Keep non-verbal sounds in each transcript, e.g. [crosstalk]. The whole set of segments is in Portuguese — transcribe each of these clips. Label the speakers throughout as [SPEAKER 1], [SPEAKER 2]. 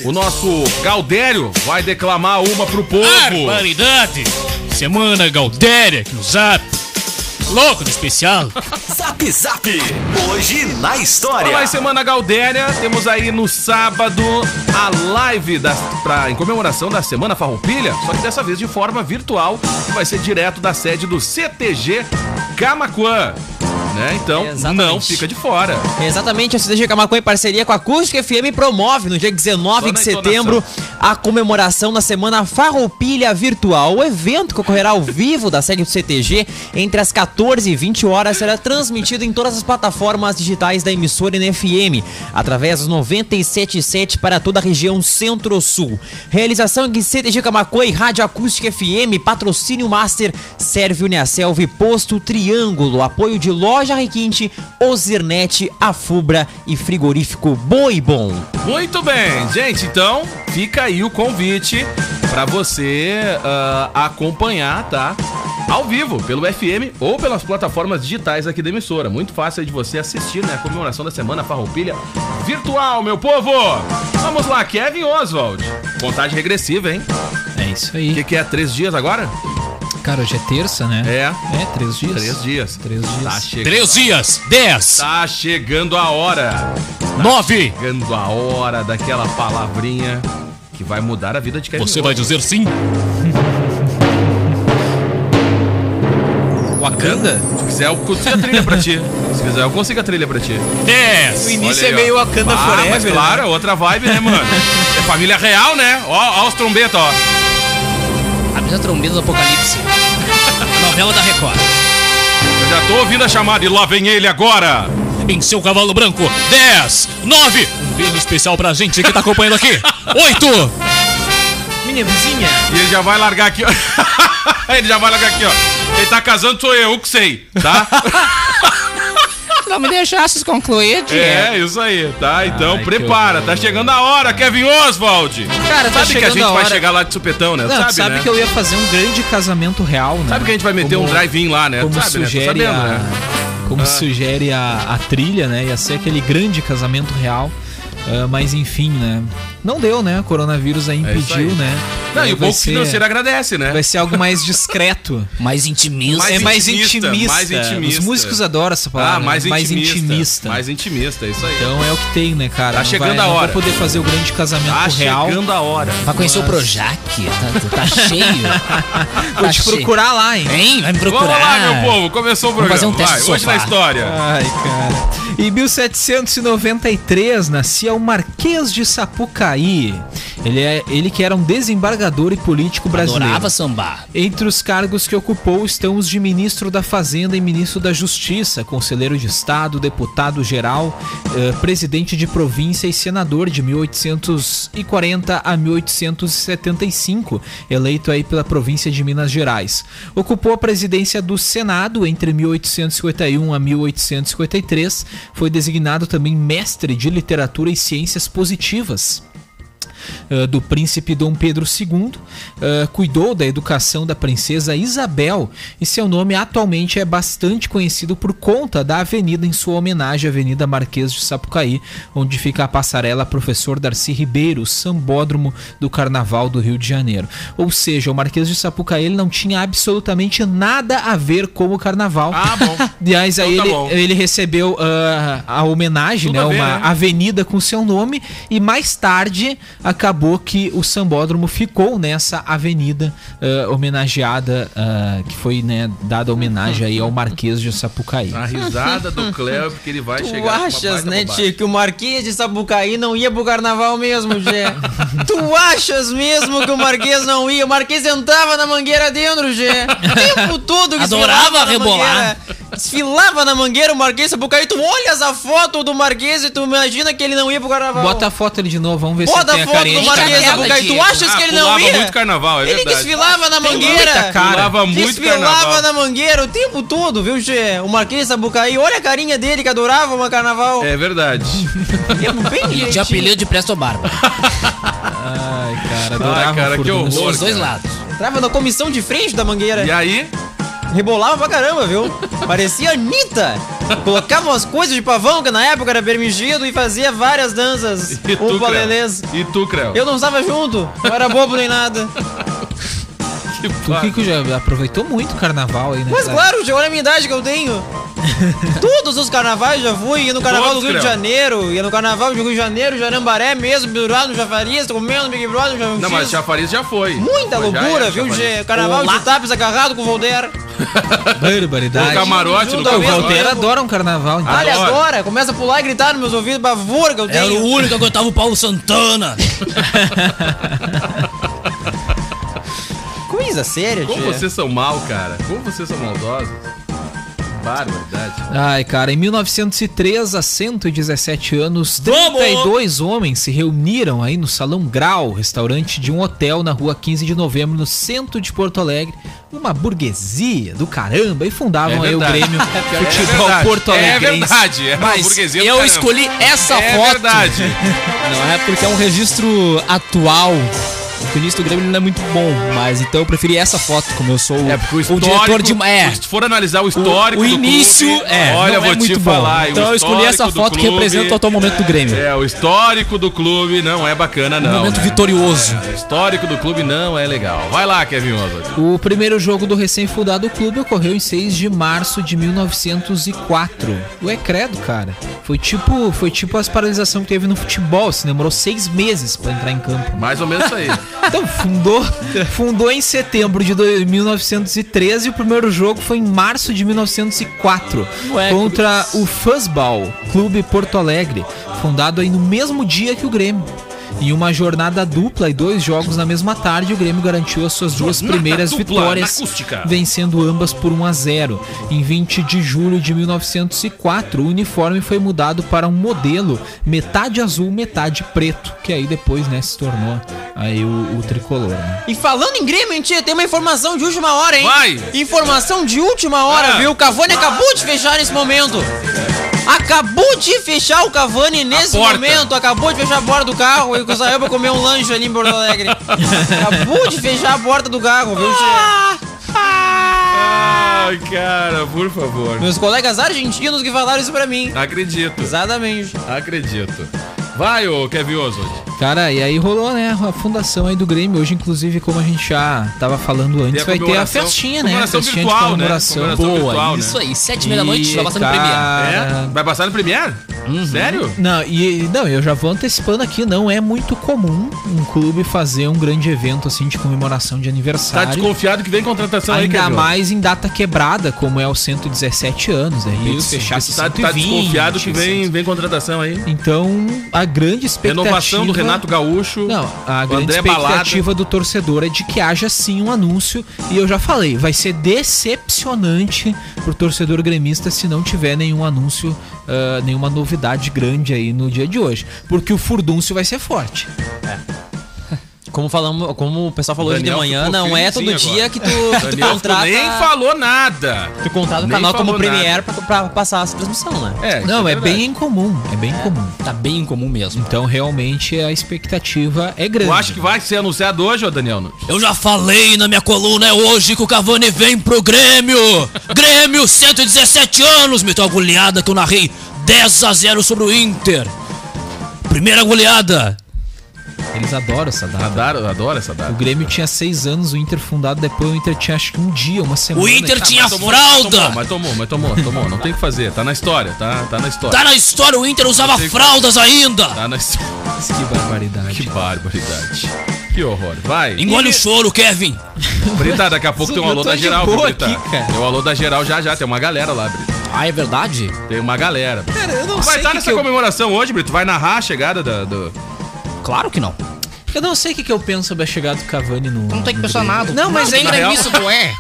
[SPEAKER 1] O nosso Galdério vai declamar uma pro povo.
[SPEAKER 2] Barbaridade! Semana Galdéria aqui no Zap. Louco do especial.
[SPEAKER 3] Zap Zap. Hoje na
[SPEAKER 1] Olá,
[SPEAKER 3] história.
[SPEAKER 1] aí, Semana Gaudéria. Temos aí no sábado a live das, pra, em comemoração da Semana Farroupilha, só que dessa vez de forma virtual, que vai ser direto da sede do CTG Camacuã. Né? Então,
[SPEAKER 4] Exatamente.
[SPEAKER 1] não fica de fora.
[SPEAKER 4] Exatamente, a CDG Camacuã, em parceria com a Acústica FM, promove no dia 19
[SPEAKER 1] Só
[SPEAKER 4] de
[SPEAKER 1] na entonação.
[SPEAKER 4] setembro a comemoração da Semana Farroupilha Virtual. O evento que ocorrerá ao vivo da sede do CTG entre as 14 e 20 horas será transmitido em todas as plataformas digitais da emissora e na FM, através dos 977 para toda a região Centro-Sul. Realização de CTG Camacuã e Rádio Acústica FM, patrocínio Master, Sérvio Neacelvi, Posto Triângulo, apoio de Loja Requinte, Ozirnet, Afubra e Frigorífico Boi Bom.
[SPEAKER 1] Muito bem, gente. Então, fica aí o convite pra você ah, acompanhar, tá? Ao vivo, pelo FM ou pelas plataformas digitais aqui da emissora. Muito fácil aí de você assistir, né? A comemoração da Semana Farroupilha virtual, meu povo! Vamos lá, Kevin Oswald. Contagem regressiva, hein?
[SPEAKER 5] É isso
[SPEAKER 1] O
[SPEAKER 5] aí.
[SPEAKER 1] que, que é? Três dias agora?
[SPEAKER 5] Cara, hoje é terça, né?
[SPEAKER 1] É.
[SPEAKER 5] É, três dias.
[SPEAKER 1] Três dias.
[SPEAKER 5] Três dias.
[SPEAKER 1] Tá chegando,
[SPEAKER 2] Três dias, dez,
[SPEAKER 1] tá chegando a hora.
[SPEAKER 2] nove.
[SPEAKER 1] Chegando a hora daquela palavrinha que vai mudar a vida de Kevin
[SPEAKER 2] Você vai dizer sim?
[SPEAKER 1] Wakanda? Se quiser, eu consigo a trilha pra ti. Se quiser, eu consigo a trilha pra ti.
[SPEAKER 2] Dez.
[SPEAKER 1] Início é meio Wakanda Forever. Mas claro, é outra vibe, né, mano? É família real, né? Ó, ó os trombetas, ó.
[SPEAKER 2] A mesma trombeta do Apocalipse. Novela da Record.
[SPEAKER 1] Eu já tô ouvindo a chamada e lá vem ele agora.
[SPEAKER 2] Em seu cavalo branco. Dez, nove. Um beijo especial pra gente que tá acompanhando
[SPEAKER 5] [laughs]
[SPEAKER 2] aqui. Oito.
[SPEAKER 5] Minha vizinha.
[SPEAKER 1] E ele já vai largar aqui, ó. [laughs] ele já vai largar aqui, ó. Ele tá casando, sou eu, eu que sei,
[SPEAKER 5] [laughs]
[SPEAKER 1] tá?
[SPEAKER 2] Não me deixasses concluir,
[SPEAKER 1] é, isso aí, tá? Então prepara, tá chegando a hora, Kevin Oswald.
[SPEAKER 5] Cara, tá
[SPEAKER 1] Sabe que a
[SPEAKER 5] chegando
[SPEAKER 1] gente
[SPEAKER 5] a
[SPEAKER 1] vai
[SPEAKER 5] hora.
[SPEAKER 1] chegar lá de supetão, né?
[SPEAKER 5] Não, sabe,
[SPEAKER 1] né?
[SPEAKER 5] que eu ia fazer um grande casamento real, né?
[SPEAKER 1] Sabe que a gente vai meter
[SPEAKER 5] Como-
[SPEAKER 1] um drive-in lá, né?
[SPEAKER 5] Como
[SPEAKER 1] sabe,
[SPEAKER 5] sugere
[SPEAKER 1] né? Tô sabendo,
[SPEAKER 5] a,
[SPEAKER 1] né?
[SPEAKER 5] como sugere a, a trilha, né? Ia ser aquele grande casamento real. Ah, mas enfim, né? Não deu, né? O coronavírus aí
[SPEAKER 1] É isso
[SPEAKER 5] impediu,
[SPEAKER 1] aí.
[SPEAKER 5] né?
[SPEAKER 1] Não, e
[SPEAKER 5] Aí
[SPEAKER 1] o banco
[SPEAKER 5] ser-
[SPEAKER 1] financeiro agradece, né?
[SPEAKER 5] Vai ser algo mais discreto.
[SPEAKER 2] Mais intimista.
[SPEAKER 1] Mais
[SPEAKER 5] é
[SPEAKER 1] [laughs]
[SPEAKER 5] mais
[SPEAKER 1] intimista,
[SPEAKER 5] intimista,
[SPEAKER 1] mais intimista.
[SPEAKER 5] Os músicos adoram essa palavra.
[SPEAKER 1] Ah, mais
[SPEAKER 5] né?
[SPEAKER 1] intimista.
[SPEAKER 5] Mais intimista.
[SPEAKER 1] Mais intimista, é isso aí.
[SPEAKER 5] Então é o que tem, né, cara?
[SPEAKER 1] Tá
[SPEAKER 5] Não
[SPEAKER 1] chegando
[SPEAKER 5] vai-
[SPEAKER 1] a hora.
[SPEAKER 5] Não vou poder fazer o grande casamento
[SPEAKER 1] tá
[SPEAKER 5] real.
[SPEAKER 1] chegando a hora.
[SPEAKER 2] Vai conhecer o Projac. Tá, tá cheio.
[SPEAKER 1] [laughs]
[SPEAKER 5] Vou
[SPEAKER 6] Tá
[SPEAKER 5] te procurar lá, hein?
[SPEAKER 2] Hein? Vai me
[SPEAKER 1] Vamos
[SPEAKER 2] procurar.
[SPEAKER 1] lá, meu povo, começou o programa.
[SPEAKER 2] fazer um teste
[SPEAKER 1] Vai,
[SPEAKER 2] de
[SPEAKER 1] hoje
[SPEAKER 2] sofá.
[SPEAKER 1] na história.
[SPEAKER 5] Ai, cara. Em 1793 nascia o Marquês de Sapucaí. Ele, é, ele que era um desembargador e político brasileiro.
[SPEAKER 6] Adorava sambar.
[SPEAKER 5] Entre os cargos que ocupou estão os de ministro da Fazenda e ministro da Justiça, conselheiro de Estado, deputado geral, eh, presidente de província e senador de 1840 a 1875, eleito aí pela província de Minas Gerais. Ocupou a presidência do Senado entre 1851 a 1853, foi designado também mestre de literatura e ciências positivas eh, do príncipe Dom Pedro II, eh, cuidou da educação da princesa Isabel e seu nome atualmente é bastante conhecido por conta da avenida em sua homenagem, à Avenida Marquês de Sapucaí, onde fica a passarela Professor Darcy Ribeiro, sambódromo do Carnaval do Rio de Janeiro. Ou seja, o Marquês de Sapucaí ele não tinha absolutamente nada a ver com o Carnaval.
[SPEAKER 1] Ah, bom.
[SPEAKER 5] [laughs] Aliás, aí
[SPEAKER 1] Então tá
[SPEAKER 5] ele,
[SPEAKER 1] bom.
[SPEAKER 5] ele recebeu ah, a homenagem,
[SPEAKER 1] Tudo
[SPEAKER 5] né?
[SPEAKER 1] a ver,
[SPEAKER 5] uma
[SPEAKER 1] né?
[SPEAKER 5] avenida com seu nome. E mais tarde acabou que o sambódromo ficou nessa avenida ah, homenageada, ah, que foi né, dada homenagem aí ao Marquês de Sapucaí.
[SPEAKER 1] A risada do Cléo, porque ele vai
[SPEAKER 4] Tu
[SPEAKER 1] chegar. com uma
[SPEAKER 4] achas,
[SPEAKER 1] baita
[SPEAKER 4] né,
[SPEAKER 1] bobagem.
[SPEAKER 4] Tio, que o Marquês de Sapucaí não ia pro carnaval mesmo,
[SPEAKER 2] [laughs]
[SPEAKER 4] Gê? tu achas mesmo que o Marquês não ia? O Marquês entrava na mangueira dentro, Gê. O tempo todo que
[SPEAKER 6] Adorava
[SPEAKER 4] desfilava na
[SPEAKER 6] rebolar.
[SPEAKER 4] mangueira. Desfilava na mangueira o Marquês de Sapucaí. Tu olhas a foto do Marquês e tu imagina que ele não ia pro carnaval.
[SPEAKER 5] Bota a foto ali de novo, vamos ver se
[SPEAKER 4] Bota
[SPEAKER 5] tem
[SPEAKER 4] a
[SPEAKER 5] a
[SPEAKER 4] foto
[SPEAKER 5] carinha
[SPEAKER 4] do
[SPEAKER 5] de
[SPEAKER 4] Marquês de
[SPEAKER 6] Carnaval,
[SPEAKER 4] Sapucaí. Tu
[SPEAKER 6] Diego.
[SPEAKER 4] achas que ele não
[SPEAKER 1] Ah, pulava
[SPEAKER 4] ia?
[SPEAKER 1] muito carnaval, é
[SPEAKER 4] Ele
[SPEAKER 1] verdade.
[SPEAKER 4] desfilava na mangueira.
[SPEAKER 5] cara.
[SPEAKER 1] Pulava muito
[SPEAKER 4] Desfilava
[SPEAKER 1] carnaval.
[SPEAKER 4] na mangueira o tempo todo, viu, Gê? O Marquês de Sapucaí. Olha a carinha dele que adorava o carnaval.
[SPEAKER 1] É verdade.
[SPEAKER 4] Tempo bem
[SPEAKER 6] E de
[SPEAKER 4] direitinho.
[SPEAKER 6] apelido de Presto Barba.
[SPEAKER 5] Ai, cara, adorava
[SPEAKER 1] Ah, cara,
[SPEAKER 5] um
[SPEAKER 1] que
[SPEAKER 5] furdunço.
[SPEAKER 1] [laughs] horror.
[SPEAKER 6] Dos dois
[SPEAKER 1] cara.
[SPEAKER 6] lados.
[SPEAKER 4] Entrava na comissão de frente da mangueira.
[SPEAKER 1] E aí?
[SPEAKER 4] Rebolava pra caramba, viu? Parecia a Anitta. Colocava umas coisas de pavão, que na época era permitido, e fazia várias danças.
[SPEAKER 1] E tu,
[SPEAKER 4] Um
[SPEAKER 1] Cléo?
[SPEAKER 4] palelês.
[SPEAKER 1] E tu, Cléo?
[SPEAKER 4] Eu não estava junto, não era bobo nem nada.
[SPEAKER 1] Que
[SPEAKER 5] O
[SPEAKER 1] pá-
[SPEAKER 5] Kiko já aproveitou muito o carnaval aí, né?
[SPEAKER 4] Mas
[SPEAKER 5] cara?
[SPEAKER 4] claro, já olha é a minha idade que
[SPEAKER 1] [laughs]
[SPEAKER 4] eu tenho. Todos os carnavais já fui, ia no carnaval do
[SPEAKER 1] Todos,
[SPEAKER 4] Rio de
[SPEAKER 1] Cléo.
[SPEAKER 4] Janeiro, ia no carnaval do Rio de Janeiro, Jarambaré mesmo, pendurado no Jafarias, comendo Big Brother, já
[SPEAKER 1] Não, mas Chafariz já foi.
[SPEAKER 4] Muita
[SPEAKER 1] Mas já
[SPEAKER 4] loucura,
[SPEAKER 1] era
[SPEAKER 4] viu,
[SPEAKER 1] Chafariz.
[SPEAKER 4] Gê? Carnaval
[SPEAKER 1] Ah.
[SPEAKER 6] Olá.
[SPEAKER 4] de tapes agarrado com o Volder.
[SPEAKER 1] O
[SPEAKER 5] Barbaridade.
[SPEAKER 1] camarote no
[SPEAKER 4] Junto ao né?
[SPEAKER 5] O
[SPEAKER 1] camarote.
[SPEAKER 5] Voltaire adora um carnaval, então.
[SPEAKER 4] Olha,
[SPEAKER 1] Adoro.
[SPEAKER 4] agora, começa a pular e gritar nos meus ouvidos, bavura que eu
[SPEAKER 6] Era
[SPEAKER 1] É.
[SPEAKER 4] tenho.
[SPEAKER 6] o único é que aguentava o Paulo Santana.
[SPEAKER 4] Coisa séria,
[SPEAKER 1] Como
[SPEAKER 4] tia.
[SPEAKER 1] vocês são mal, cara. Como vocês são maldosos. Barbaridade.
[SPEAKER 5] Ai, cara, em 1903, há 117 anos, 32 homens se reuniram aí no Salão Grau, restaurante de um hotel na rua 15 de novembro, no centro de Porto Alegre. Uma burguesia do caramba, e
[SPEAKER 1] [laughs]
[SPEAKER 5] fundavam
[SPEAKER 1] É
[SPEAKER 5] aí o
[SPEAKER 1] verdade.
[SPEAKER 5] Grêmio Futebol
[SPEAKER 1] verdade.
[SPEAKER 5] Porto
[SPEAKER 1] É
[SPEAKER 5] Alegre.
[SPEAKER 1] verdade. É uma burguesia do
[SPEAKER 6] Eu
[SPEAKER 1] caramba.
[SPEAKER 6] escolhi essa
[SPEAKER 1] É
[SPEAKER 6] foto.
[SPEAKER 1] verdade.
[SPEAKER 6] Não é porque é um registro atual. O início do Grêmio não é muito bom, mas então eu preferi essa foto, como eu sou
[SPEAKER 1] É
[SPEAKER 6] o, o Um diretor de. É.
[SPEAKER 1] Se for analisar o histórico
[SPEAKER 6] o
[SPEAKER 1] do
[SPEAKER 6] início
[SPEAKER 1] clube,
[SPEAKER 6] é,
[SPEAKER 1] olha,
[SPEAKER 6] não
[SPEAKER 1] vou
[SPEAKER 6] é
[SPEAKER 1] te
[SPEAKER 6] muito bom.
[SPEAKER 1] falar. e o
[SPEAKER 6] Então eu escolhi
[SPEAKER 1] histórico
[SPEAKER 6] essa
[SPEAKER 1] do
[SPEAKER 6] foto que
[SPEAKER 1] clube-
[SPEAKER 6] representa o atual momento do Grêmio. Um
[SPEAKER 1] É, o histórico do clube não é bacana, não.
[SPEAKER 6] momento
[SPEAKER 1] né?
[SPEAKER 6] vitorioso.
[SPEAKER 1] O histórico do clube não é legal. Vai lá, Kevin Oswald.
[SPEAKER 5] O primeiro jogo do recém-fundado clube ocorreu em 6 de março de 1904. Ué, É credo, cara. Foi tipo, foi tipo as paralisações que teve no futebol, se demorou seis meses pra entrar em campo.
[SPEAKER 1] Mais ou menos isso
[SPEAKER 6] [laughs]
[SPEAKER 1] aí.
[SPEAKER 5] Então, fundou, fundou em setembro de dois- 1913 e o primeiro jogo foi em março de 1904
[SPEAKER 6] Ué,
[SPEAKER 5] contra o Fuzzball, Clube Porto Alegre, fundado aí no mesmo dia que o Grêmio. Em uma jornada dupla e dois jogos na mesma tarde, o Grêmio garantiu as suas duas
[SPEAKER 1] Jornada
[SPEAKER 5] primeiras
[SPEAKER 1] dupla
[SPEAKER 5] vitórias,
[SPEAKER 1] na acústica.
[SPEAKER 5] vencendo ambas por 1 a 0. Em 20 de julho de 1904, o uniforme foi mudado para um modelo metade azul, metade preto, que aí depois né, se tornou aí o, o tricolor. né?
[SPEAKER 4] E falando em Grêmio, hein, tia, tem uma informação de última hora, hein?
[SPEAKER 1] Vai!
[SPEAKER 4] Informação de última hora,
[SPEAKER 1] Ah.
[SPEAKER 4] viu? O Cavani acabou de fechar nesse momento. Acabou de fechar o Cavani nesse
[SPEAKER 1] porta.
[SPEAKER 4] momento. Acabou de fechar a porta do carro e saiu pra comer um lanche ali em Porto
[SPEAKER 1] [laughs]
[SPEAKER 4] Alegre. acabou de fechar a porta do carro, viu, tia?
[SPEAKER 1] Ai, cara, por favor.
[SPEAKER 4] Meus colegas argentinos que falaram isso pra mim.
[SPEAKER 1] Acredito,
[SPEAKER 4] Exatamente.
[SPEAKER 1] acredito. Vai, ô Kevin Oswald.
[SPEAKER 5] Cara, e aí rolou né, a fundação aí do Grêmio. Hoje, inclusive, como a gente já tava falando
[SPEAKER 1] Tem
[SPEAKER 5] antes,
[SPEAKER 1] a
[SPEAKER 5] vai ter a
[SPEAKER 1] comemoração.
[SPEAKER 5] festinha, né?
[SPEAKER 1] Comemoração
[SPEAKER 5] festinha
[SPEAKER 1] virtual, né?
[SPEAKER 5] de comemoração.
[SPEAKER 1] Comemoração
[SPEAKER 5] Boa.
[SPEAKER 1] virtual, né?
[SPEAKER 6] Isso é- aí, sete e meia da noite,
[SPEAKER 5] tá
[SPEAKER 6] tá vai passar
[SPEAKER 1] tá
[SPEAKER 6] no Premiere.
[SPEAKER 5] cara...
[SPEAKER 1] É? Vai passar no Premiere?
[SPEAKER 6] Uhum.
[SPEAKER 1] Sério?
[SPEAKER 5] Não, e não, eu já vou antecipando aqui, não é muito comum um clube fazer um grande evento assim de comemoração de
[SPEAKER 1] Tá
[SPEAKER 5] aniversário.
[SPEAKER 1] desconfiado que vem contratação aí,
[SPEAKER 5] Ainda
[SPEAKER 1] Kevin Oswald.
[SPEAKER 5] mais em data quebrada, como é os 117 anos, né? Isso, fechasse
[SPEAKER 1] Tá, tá
[SPEAKER 5] 120,
[SPEAKER 1] desconfiado que vem, vem contratação aí.
[SPEAKER 5] Então, a grande expectativa
[SPEAKER 1] Renovação do Renato Gaúcho.
[SPEAKER 5] Não, a
[SPEAKER 1] o
[SPEAKER 5] grande
[SPEAKER 1] André
[SPEAKER 5] expectativa do torcedor é de que haja sim um anúncio. E eu já falei, vai ser decepcionante pro torcedor gremista se não tiver nenhum anúncio, ah, nenhuma novidade grande aí no dia de hoje. Porque o furdúncio vai ser forte.
[SPEAKER 4] É. Como, falamos, como o pessoal falou hoje de
[SPEAKER 1] Daniel
[SPEAKER 4] manhã,
[SPEAKER 1] ficou
[SPEAKER 4] não é todo
[SPEAKER 1] firmezinho
[SPEAKER 4] dia
[SPEAKER 1] agora.
[SPEAKER 4] que tu, que tu
[SPEAKER 1] Daniel
[SPEAKER 4] contrata.
[SPEAKER 1] nem falou nada.
[SPEAKER 4] Tu contrata o
[SPEAKER 1] nem
[SPEAKER 4] canal como
[SPEAKER 1] falou nada.
[SPEAKER 4] Premiere pra, pra passar essa transmissão, né?
[SPEAKER 1] É,
[SPEAKER 5] não, é,
[SPEAKER 1] verdade.
[SPEAKER 5] bem incomum, é bem incomum.
[SPEAKER 6] Tá bem incomum mesmo.
[SPEAKER 5] Então realmente a expectativa é grande.
[SPEAKER 1] Eu acho que vai ser anunciado hoje, ô Daniel Nunes.
[SPEAKER 6] Eu já falei na minha coluna, é hoje que o Cavani vem pro Grêmio. Grêmio, 117 anos, meteu a goleada que eu narrei 10 a 0 sobre o Inter. Primeira goleada.
[SPEAKER 5] Eles adoram essa data.
[SPEAKER 1] Adoro, adoro essa data.
[SPEAKER 5] O Grêmio tinha seis anos, o Inter fundado, depois o Inter tinha acho que um dia, uma semana.
[SPEAKER 6] O Inter
[SPEAKER 5] Tá,
[SPEAKER 6] tinha
[SPEAKER 1] Mas tomou,
[SPEAKER 6] fralda.
[SPEAKER 1] Mas tomou, mas tomou, mas tomou, tomou. Não tem o que fazer. Tá na história, tá, tá na história.
[SPEAKER 6] Tá na história, o Inter usava
[SPEAKER 1] Tem-
[SPEAKER 6] fraldas ainda.
[SPEAKER 1] Tá na história.
[SPEAKER 5] mas Que
[SPEAKER 1] [laughs]
[SPEAKER 5] barbaridade.
[SPEAKER 1] Que barbaridade. Que horror. Vai.
[SPEAKER 6] Engole o choro, Kevin.
[SPEAKER 1] Brita, daqui a pouco tem um
[SPEAKER 5] Eu
[SPEAKER 1] alô
[SPEAKER 5] tô
[SPEAKER 1] da
[SPEAKER 5] de
[SPEAKER 1] geral, viu,
[SPEAKER 5] boa
[SPEAKER 1] Brita.
[SPEAKER 5] aqui, cara.
[SPEAKER 1] Tem um alô da geral já já. Tem uma galera lá, Brita.
[SPEAKER 6] Ah, é verdade?
[SPEAKER 1] Tem uma galera.
[SPEAKER 5] Cara, eu não
[SPEAKER 1] Vai
[SPEAKER 5] sei
[SPEAKER 1] estar
[SPEAKER 5] que
[SPEAKER 1] tá nessa
[SPEAKER 5] que eu-
[SPEAKER 1] comemoração hoje, Brito. Vai narrar a chegada da- do.
[SPEAKER 6] Claro que não.
[SPEAKER 5] Eu não sei o que, que eu penso sobre a chegada do Cavani no.
[SPEAKER 7] Não tem que pensar nada.
[SPEAKER 5] Não, mas
[SPEAKER 7] tu
[SPEAKER 5] é
[SPEAKER 7] não é gremista, tu é.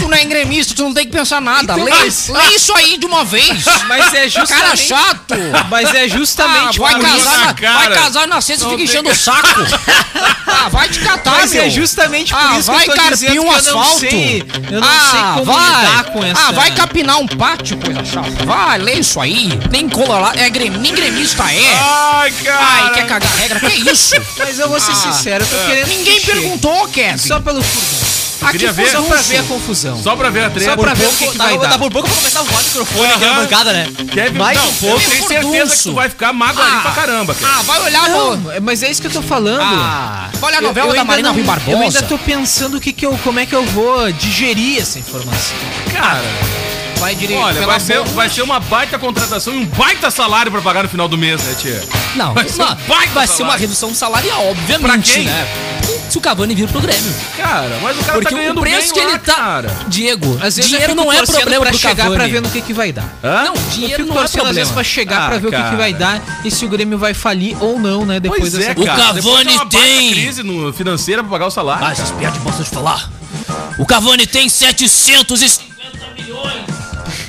[SPEAKER 7] tu não é gremista, tu não tem que pensar nada.
[SPEAKER 5] Então,
[SPEAKER 7] lê,
[SPEAKER 5] mas-
[SPEAKER 7] lê isso aí de uma
[SPEAKER 6] [laughs]
[SPEAKER 7] vez.
[SPEAKER 5] Mas é justamente.
[SPEAKER 7] Cara chato.
[SPEAKER 5] Mas é
[SPEAKER 7] Ah,
[SPEAKER 5] justamente
[SPEAKER 7] vai,
[SPEAKER 5] por isso.
[SPEAKER 7] casar na,
[SPEAKER 1] cara.
[SPEAKER 7] vai casar na sexta e fica enchendo o saco.
[SPEAKER 5] [laughs]
[SPEAKER 7] ah, vai te catar,
[SPEAKER 5] Mas
[SPEAKER 7] meu.
[SPEAKER 5] é justamente por
[SPEAKER 7] Ah,
[SPEAKER 5] isso que
[SPEAKER 7] vai
[SPEAKER 5] eu tô
[SPEAKER 7] carpir
[SPEAKER 5] dizendo que
[SPEAKER 7] um
[SPEAKER 5] eu não
[SPEAKER 7] asfalto.
[SPEAKER 5] sei. Eu não
[SPEAKER 7] ah,
[SPEAKER 5] sei como
[SPEAKER 7] vai.
[SPEAKER 5] lidar com essa.
[SPEAKER 7] Ah, vai capinar um pátio, coisa chata. Vai, lê isso aí. Nem colorado, é grem, nem gremista é.
[SPEAKER 1] Ai,
[SPEAKER 7] Ai, quer cagar regra? Que isso?
[SPEAKER 5] Ah, Mas eu vou ser
[SPEAKER 7] Ah,
[SPEAKER 5] sincero, eu tô querendo. que
[SPEAKER 7] Ninguém
[SPEAKER 5] chegue.
[SPEAKER 7] perguntou, Kevin.
[SPEAKER 5] Só pelo furdão.
[SPEAKER 7] Aqui
[SPEAKER 1] queria ver-
[SPEAKER 7] foi
[SPEAKER 5] Só pra
[SPEAKER 7] anúncio.
[SPEAKER 5] ver a confusão.
[SPEAKER 1] Só pra ver a treta.
[SPEAKER 5] Só pra ver o que, que vai dar.
[SPEAKER 4] por pouco eu vou começar a voar o microfone aqui na
[SPEAKER 1] Aham.
[SPEAKER 4] bancada, né?
[SPEAKER 1] Kevin,
[SPEAKER 4] Mais
[SPEAKER 1] não,
[SPEAKER 4] um pouco.
[SPEAKER 1] eu tenho certeza que tu vai ficar magoado pra caramba, cara.
[SPEAKER 7] Ah, vai olhar,
[SPEAKER 5] Não,
[SPEAKER 7] no-
[SPEAKER 5] mas é isso que eu tô falando.
[SPEAKER 6] Ah,
[SPEAKER 7] vai olhar a novela da
[SPEAKER 5] ainda
[SPEAKER 7] Marina
[SPEAKER 5] não-
[SPEAKER 7] Rui
[SPEAKER 5] Eu
[SPEAKER 7] Barbosa.
[SPEAKER 5] ainda tô pensando o que que eu, como é que eu vou digerir essa informação.
[SPEAKER 1] Cara,
[SPEAKER 7] Vai dirigir.
[SPEAKER 1] olha, vai ser, um-
[SPEAKER 7] boca.
[SPEAKER 1] vai ser uma baita contratação e um baita salário pra pagar no final do mês, né, tia?
[SPEAKER 6] Não,
[SPEAKER 1] Vai
[SPEAKER 6] vai
[SPEAKER 1] ser
[SPEAKER 6] ser,
[SPEAKER 1] um baita
[SPEAKER 6] vai ser uma
[SPEAKER 1] salário.
[SPEAKER 6] redução salarial, obviamente,
[SPEAKER 1] Pra quem?
[SPEAKER 6] né? Se o Cavani vir pro Grêmio.
[SPEAKER 1] Cara, mas o cara
[SPEAKER 6] Porque
[SPEAKER 1] tá
[SPEAKER 6] o
[SPEAKER 1] ganhando bem
[SPEAKER 6] preço que
[SPEAKER 1] lá,
[SPEAKER 6] ele tá.
[SPEAKER 1] cara.
[SPEAKER 6] Diego,
[SPEAKER 5] Às vezes
[SPEAKER 6] dinheiro
[SPEAKER 5] eu fico
[SPEAKER 6] não é
[SPEAKER 5] torcendo
[SPEAKER 6] problema
[SPEAKER 5] pra
[SPEAKER 6] pro
[SPEAKER 5] chegar
[SPEAKER 6] Cavani.
[SPEAKER 5] pra ver no que que vai dar.
[SPEAKER 1] Hã?
[SPEAKER 6] Não,
[SPEAKER 5] Eu
[SPEAKER 6] dinheiro
[SPEAKER 5] fico
[SPEAKER 6] não é
[SPEAKER 5] torcendo às vezes pra
[SPEAKER 6] problema.
[SPEAKER 5] chegar
[SPEAKER 1] Ah,
[SPEAKER 5] pra ver o que, que
[SPEAKER 1] cara.
[SPEAKER 5] vai dar e se o Grêmio vai falir ou não, né? Depois
[SPEAKER 1] Pois é,
[SPEAKER 5] dessa.
[SPEAKER 1] cara.
[SPEAKER 6] O
[SPEAKER 1] Depois
[SPEAKER 6] Cavani
[SPEAKER 1] uma baita
[SPEAKER 6] tem.
[SPEAKER 1] crise no- financeira pra pagar o salário.
[SPEAKER 6] Ah, essas piadas gostam de falar. O Cavani tem 750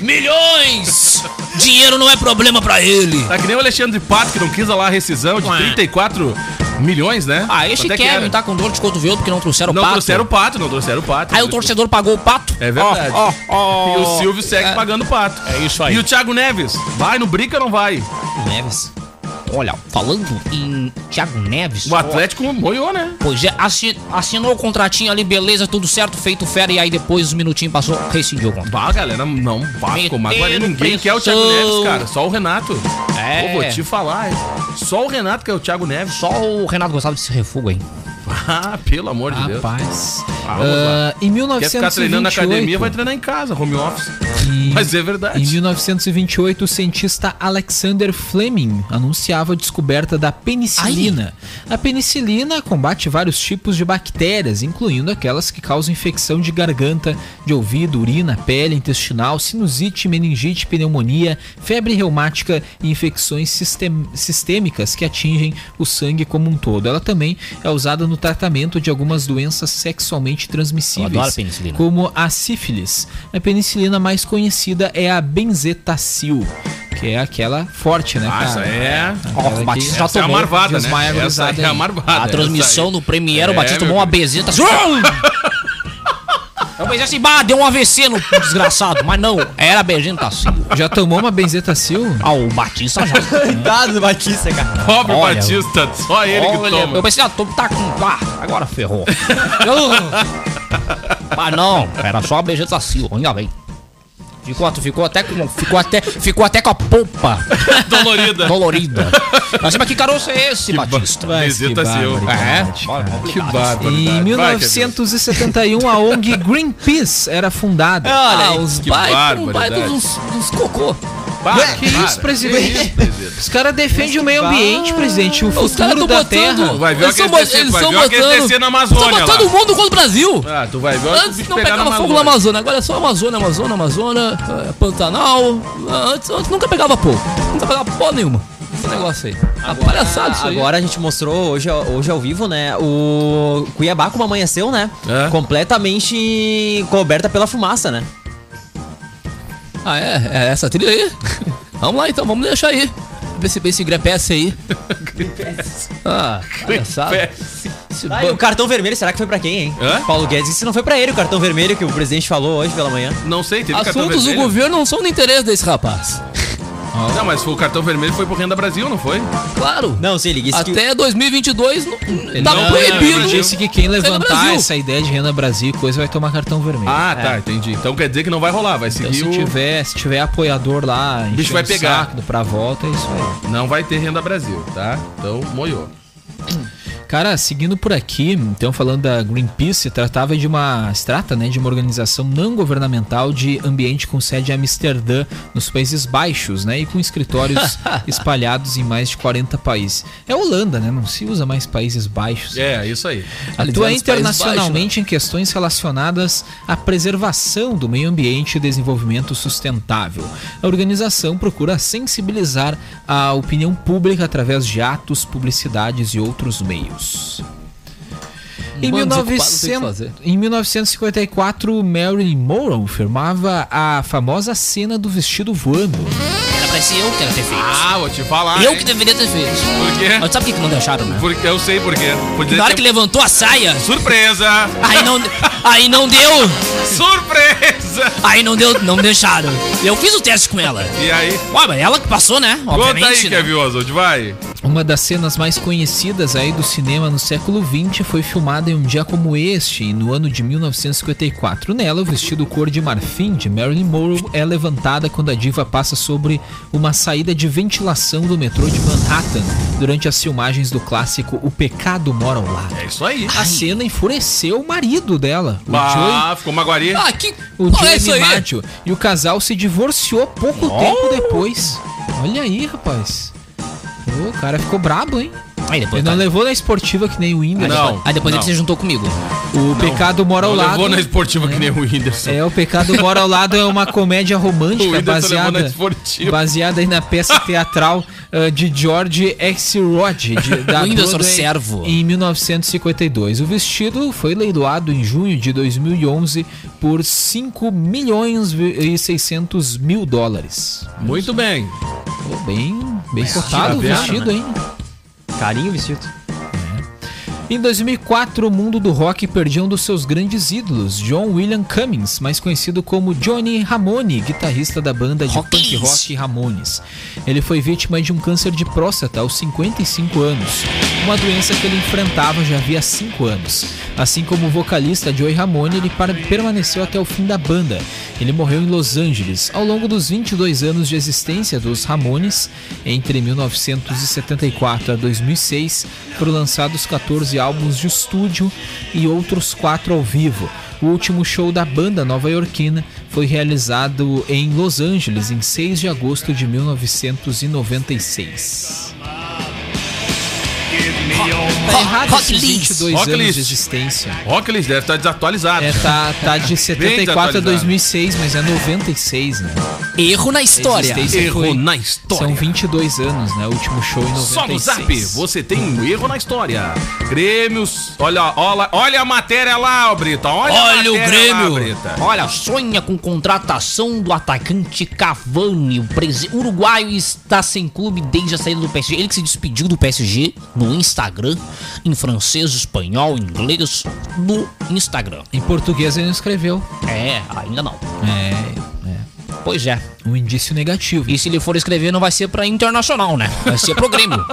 [SPEAKER 6] milhões. milhões! Dinheiro não é problema pra ele.
[SPEAKER 1] Tá que nem o Alexandre Pato, que não quis lá a rescisão de 34 milhões, né?
[SPEAKER 6] é. Ah, esse
[SPEAKER 1] Quanto é que
[SPEAKER 6] Kevin
[SPEAKER 1] era?
[SPEAKER 6] tá com dor de cotovelo porque não trouxeram o
[SPEAKER 1] Não
[SPEAKER 6] pato.
[SPEAKER 1] trouxeram o pato, não trouxeram o pato.
[SPEAKER 6] Aí o torcedor pagou o pato.
[SPEAKER 1] É verdade.
[SPEAKER 6] Ó, ó, ó.
[SPEAKER 1] E o Silvio segue pagando o pato.
[SPEAKER 6] É isso aí.
[SPEAKER 1] E o Thiago Neves, vai no brinca ou não vai?
[SPEAKER 4] Neves.
[SPEAKER 7] Olha, falando em Thiago Neves.
[SPEAKER 1] O Atlético moiou, né?
[SPEAKER 7] Pois é, assi- assinou o contratinho ali, beleza, tudo certo, feito fera, e aí depois os minutinhos passou, rescindiu o contrato.
[SPEAKER 1] Bah, galera, não vá ficou magoado.
[SPEAKER 7] Meteram
[SPEAKER 1] Ninguém quer o Thiago
[SPEAKER 7] pressão.
[SPEAKER 1] Neves, cara. Só o Renato.
[SPEAKER 7] É.
[SPEAKER 1] Pô, vou te falar, hein? Só o Renato que é o [laughs] Thiago Neves.
[SPEAKER 7] Só o Renato gostava desse refugo aí.
[SPEAKER 1] Ah, pelo amor de Deus.
[SPEAKER 5] Rapaz.
[SPEAKER 1] Ah, vamos lá.
[SPEAKER 5] Ah, em
[SPEAKER 1] Quer ficar treinando na
[SPEAKER 5] 1928.
[SPEAKER 1] academia, vai treinar em casa, home office.
[SPEAKER 5] em-
[SPEAKER 1] Mas é
[SPEAKER 5] Em
[SPEAKER 1] verdade.
[SPEAKER 5] 1928, o cientista Alexander Fleming anunciava a descoberta da penicilina. A penicilina combate vários tipos de bactérias, incluindo aquelas que causam infecção de garganta, de ouvido, urina, pele, intestinal, sinusite, meningite, pneumonia, febre reumática e infecções sistem- sistêmicas que atingem o sangue como um todo. Ela também é usada no tratamento de algumas doenças sexualmente transmissíveis,
[SPEAKER 7] Eu adoro penicilina.
[SPEAKER 5] como a sífilis. A penicilina mais conhecida é a benzetacil, que é aquela forte, né,
[SPEAKER 1] Ah,
[SPEAKER 5] cara?
[SPEAKER 1] essa é.
[SPEAKER 5] Aquela
[SPEAKER 7] Ó, o Batista
[SPEAKER 5] que-
[SPEAKER 7] já
[SPEAKER 1] Essa é a
[SPEAKER 7] tomou,
[SPEAKER 1] marvada, né?
[SPEAKER 5] desmaia a
[SPEAKER 1] Essa
[SPEAKER 5] gurizada
[SPEAKER 1] é a
[SPEAKER 5] aí.
[SPEAKER 1] marvada.
[SPEAKER 7] A
[SPEAKER 1] essa
[SPEAKER 7] transmissão
[SPEAKER 1] aí.
[SPEAKER 7] no Premiere,
[SPEAKER 1] É,
[SPEAKER 7] o Batista
[SPEAKER 1] meu
[SPEAKER 7] tomou uma
[SPEAKER 1] querido.
[SPEAKER 7] bezeta. [laughs] Eu pensei assim, bah, deu um AVC no desgraçado. Mas não, era bezenta assim.
[SPEAKER 5] Já tomou é. [laughs] uma benzetacil?
[SPEAKER 7] Ah, o Batista
[SPEAKER 1] [laughs]
[SPEAKER 7] já.
[SPEAKER 4] Coitado do Batista, cara.
[SPEAKER 1] Pobre
[SPEAKER 7] Olha.
[SPEAKER 1] Batista, só ele que
[SPEAKER 7] Olha,
[SPEAKER 6] [laughs]
[SPEAKER 1] toma.
[SPEAKER 7] eu pensei, ah, tô, tá com. Ah, agora
[SPEAKER 1] [laughs]
[SPEAKER 7] ferrou. Eu- Mas não, era só a Bejeta Silva, ainda bem. Ficou, ficou até com. Ficou até, ficou até com a
[SPEAKER 1] [laughs]
[SPEAKER 7] polpa
[SPEAKER 1] Dolorida.
[SPEAKER 7] dolorida. Mas mas que caroço é esse, Batista?
[SPEAKER 5] Vai,
[SPEAKER 1] Visita
[SPEAKER 5] que
[SPEAKER 1] seu.
[SPEAKER 7] É,
[SPEAKER 5] barbaridade, cara.
[SPEAKER 1] Que bárbaro.
[SPEAKER 5] Em 1971, a ONG Greenpeace era fundada.
[SPEAKER 6] Olha, ah, os
[SPEAKER 1] que
[SPEAKER 6] baitos
[SPEAKER 1] barbaridade.
[SPEAKER 6] dos, dos cocô.
[SPEAKER 5] Ué, que isso, presidente? Os caras defendem o meio ambiente, presidente. O
[SPEAKER 6] Os caras
[SPEAKER 5] futuro
[SPEAKER 6] estão
[SPEAKER 5] da
[SPEAKER 6] botando.
[SPEAKER 5] Terra.
[SPEAKER 1] Vai ver
[SPEAKER 6] eles
[SPEAKER 1] o
[SPEAKER 6] estão
[SPEAKER 1] aqueles descer- vai ver o aqueles descer na Amazônia
[SPEAKER 6] Estão botando
[SPEAKER 1] lá.
[SPEAKER 6] o mundo contra o Brasil.
[SPEAKER 1] Ah, tu vai ver. olha o
[SPEAKER 6] Antes
[SPEAKER 1] bicho
[SPEAKER 6] não
[SPEAKER 1] pegar na
[SPEAKER 6] pegava fogo na
[SPEAKER 1] Amazônia.
[SPEAKER 6] Amazônia, agora é só Amazônia, Amazônia,
[SPEAKER 2] é,
[SPEAKER 6] Amazônia, eh, Pantanal. Ah, Antes, antes nunca pegava pouco, nunca pegava porra nenhuma.
[SPEAKER 2] negócio aí. Tá palhaçada isso aí.
[SPEAKER 4] Agora a gente mostrou hoje, hoje ao vivo, né? O Cuiabá, como amanheceu, né?
[SPEAKER 1] É.
[SPEAKER 4] Completamente coberta pela fumaça, né?
[SPEAKER 2] Ah, é? É essa trilha aí? [laughs] vamos lá então, vamos deixar aí. Esse, esse grepeço aí. Ah, palhaçada. Esse
[SPEAKER 4] Ah, e o
[SPEAKER 2] banco.
[SPEAKER 4] cartão vermelho, será que foi pra quem, hein?
[SPEAKER 1] Hã?
[SPEAKER 4] Paulo Guedes, se não foi pra ele o cartão vermelho que o presidente falou hoje pela manhã.
[SPEAKER 1] Não sei, teve cartão
[SPEAKER 2] Assuntos do
[SPEAKER 1] vermelho.
[SPEAKER 2] governo não são do interesse desse rapaz.
[SPEAKER 1] Não, mas o cartão vermelho foi pro Renda Brasil, não foi?
[SPEAKER 2] Claro.
[SPEAKER 4] Não, sei, ele disse que...
[SPEAKER 2] Até 2022 não, tá
[SPEAKER 1] não-
[SPEAKER 2] proibido.
[SPEAKER 1] não,
[SPEAKER 5] Ele disse que quem
[SPEAKER 2] Renda
[SPEAKER 5] levantar
[SPEAKER 2] Brasil.
[SPEAKER 5] essa ideia de renda Brasil e coisa vai tomar cartão vermelho.
[SPEAKER 1] Ah,
[SPEAKER 6] É.
[SPEAKER 1] tá, entendi. Então quer dizer que não vai rolar, vai
[SPEAKER 5] Então,
[SPEAKER 1] seguir
[SPEAKER 5] se
[SPEAKER 1] o...
[SPEAKER 5] tiver, se tiver apoiador lá, enchendo
[SPEAKER 1] bicho vai
[SPEAKER 5] o
[SPEAKER 1] pegar.
[SPEAKER 5] saco do pra volta, é isso aí.
[SPEAKER 1] Não vai ter Renda Brasil, tá? Então, moiou.
[SPEAKER 5] Cara, seguindo por aqui, então falando da Greenpeace, se tratava de uma, se trata, né, de uma organização não governamental de ambiente com sede em Amsterdã, nos Países Baixos, né, e
[SPEAKER 1] [laughs]
[SPEAKER 5] com escritórios espalhados em mais de 40 países. É Holanda, né? Não se usa mais Países Baixos.
[SPEAKER 1] É, isso aí.
[SPEAKER 5] Atua
[SPEAKER 2] Aliviar os Países né?
[SPEAKER 5] internacionalmente em questões relacionadas à preservação do meio ambiente e desenvolvimento sustentável. A organização procura sensibilizar a opinião pública através de atos, publicidades e outros meios. Em,
[SPEAKER 2] Mano,
[SPEAKER 5] 1900
[SPEAKER 2] desocupado, tem o que fazer.
[SPEAKER 5] em 1954, Marilyn Monroe firmava a famosa cena do vestido voando.
[SPEAKER 6] Era pra ser eu que era ter feito.
[SPEAKER 1] Ah, vou te falar.
[SPEAKER 6] Eu
[SPEAKER 1] hein?
[SPEAKER 6] que deveria ter feito.
[SPEAKER 1] Por quê?
[SPEAKER 6] Mas sabe por que que não deixaram, né?
[SPEAKER 1] Porque eu sei por quê. Podia
[SPEAKER 6] Na hora
[SPEAKER 1] ter-
[SPEAKER 6] que levantou a saia, [laughs]
[SPEAKER 1] Surpresa!
[SPEAKER 6] aí não, aí não deu,
[SPEAKER 1] Surpresa!
[SPEAKER 6] aí não deu, não deixaram. Eu fiz o teste com ela.
[SPEAKER 1] E aí?
[SPEAKER 6] Ué, mas ela que passou, né?
[SPEAKER 1] Conta aí,
[SPEAKER 6] Obviamente, né?
[SPEAKER 1] Kevin Oswald, vai.
[SPEAKER 5] Uma das cenas mais conhecidas aí do cinema no século XX foi filmada em um dia como este, no ano de 1954. Nela, o vestido cor de marfim de Marilyn Monroe é levantada quando a diva passa sobre uma saída de ventilação do metrô de Manhattan durante as filmagens do clássico O Pecado Mora ao Lado.
[SPEAKER 1] É isso aí.
[SPEAKER 6] Ah,
[SPEAKER 5] A cena enfureceu o marido dela, o Joey
[SPEAKER 1] Ah, ficou uma guaria.
[SPEAKER 6] Ah, que
[SPEAKER 5] o
[SPEAKER 6] porra é
[SPEAKER 5] Joey
[SPEAKER 6] isso aí?
[SPEAKER 5] Maggio. E o casal se divorciou pouco tempo depois. Olha aí, rapaz. Ô, o cara ficou brabo, hein?
[SPEAKER 6] Aí
[SPEAKER 5] Ele
[SPEAKER 6] depois, tá.
[SPEAKER 5] não levou na esportiva que nem o Whindersson.
[SPEAKER 1] Não.
[SPEAKER 6] aí depois
[SPEAKER 1] não.
[SPEAKER 6] ele se juntou comigo.
[SPEAKER 5] O pecado mora ao
[SPEAKER 1] Não
[SPEAKER 5] lado.
[SPEAKER 1] levou
[SPEAKER 6] né?
[SPEAKER 1] na esportiva que nem o Whindersson.
[SPEAKER 5] É, o pecado mora ao lado é uma comédia
[SPEAKER 1] [laughs] O
[SPEAKER 5] romântica
[SPEAKER 1] Whindersson levou na
[SPEAKER 5] baseada
[SPEAKER 1] esportiva.
[SPEAKER 5] baseada aí na peça teatral [laughs] ah, de George X. Rod,
[SPEAKER 1] [laughs]
[SPEAKER 5] de, da
[SPEAKER 6] O Whindersson
[SPEAKER 5] Broadway,
[SPEAKER 6] Servo.
[SPEAKER 5] em 1952. O vestido foi leiloado em junho de 2011 por 5 milhões e 600 mil dólares.
[SPEAKER 1] Muito bem.
[SPEAKER 5] Pô, bem, bem cotado o
[SPEAKER 1] tira a
[SPEAKER 5] vestido, hein?
[SPEAKER 4] Carinho o vestido.
[SPEAKER 5] Em 2004, o mundo do rock perdeu um dos seus grandes ídolos, John William Cummings, mais conhecido como Johnny Ramone, guitarrista da banda de punk rock Ramones. Ele foi vítima de um câncer de próstata aos 55 anos, uma doença que ele enfrentava já havia 5 anos. Assim como o vocalista Joey Ramone, ele par- permaneceu até o fim da banda. Ele morreu em Los Angeles. Ao longo dos 22 anos de existência dos Ramones, entre 1974 a 2006, foram lançados 14 álbuns de estúdio e outros 4 ao vivo. O último show da banda nova-iorquina foi realizado em Los Angeles em 6 de agosto de 1996. Tá errado
[SPEAKER 6] Rock
[SPEAKER 5] esses
[SPEAKER 6] Leeds.
[SPEAKER 5] 22
[SPEAKER 1] Rock
[SPEAKER 5] anos
[SPEAKER 1] Leeds.
[SPEAKER 5] de existência.
[SPEAKER 1] Rockless deve estar desatualizado.
[SPEAKER 5] É, tá,
[SPEAKER 1] [laughs]
[SPEAKER 5] tá de 74 a 2006, mas é 96, né?
[SPEAKER 6] Erro na história.
[SPEAKER 5] Existência
[SPEAKER 1] Erro
[SPEAKER 5] foi-
[SPEAKER 1] na história.
[SPEAKER 5] São 22 anos, né? O último show em 96.
[SPEAKER 1] Só no Zap, você tem um erro na história. Grêmios, olha, olha, olha a matéria lá, ô Brita. Olha, a
[SPEAKER 6] Olha o
[SPEAKER 1] matéria
[SPEAKER 6] Grêmio.
[SPEAKER 1] lá, Brita.
[SPEAKER 7] Olha, sonha com contratação do atacante Cavani. O presi- uruguaio está sem clube desde a saída do PSG. Ele que se despediu do PSG no Instagram, em francês, espanhol, inglês, no Instagram.
[SPEAKER 5] Em português ele não escreveu.
[SPEAKER 7] É, ainda não.
[SPEAKER 5] É, é.
[SPEAKER 7] Pois é.
[SPEAKER 5] Um indício negativo.
[SPEAKER 7] E se ele for escrever, não vai ser pra internacional, né? Vai ser pro Grêmio. Né?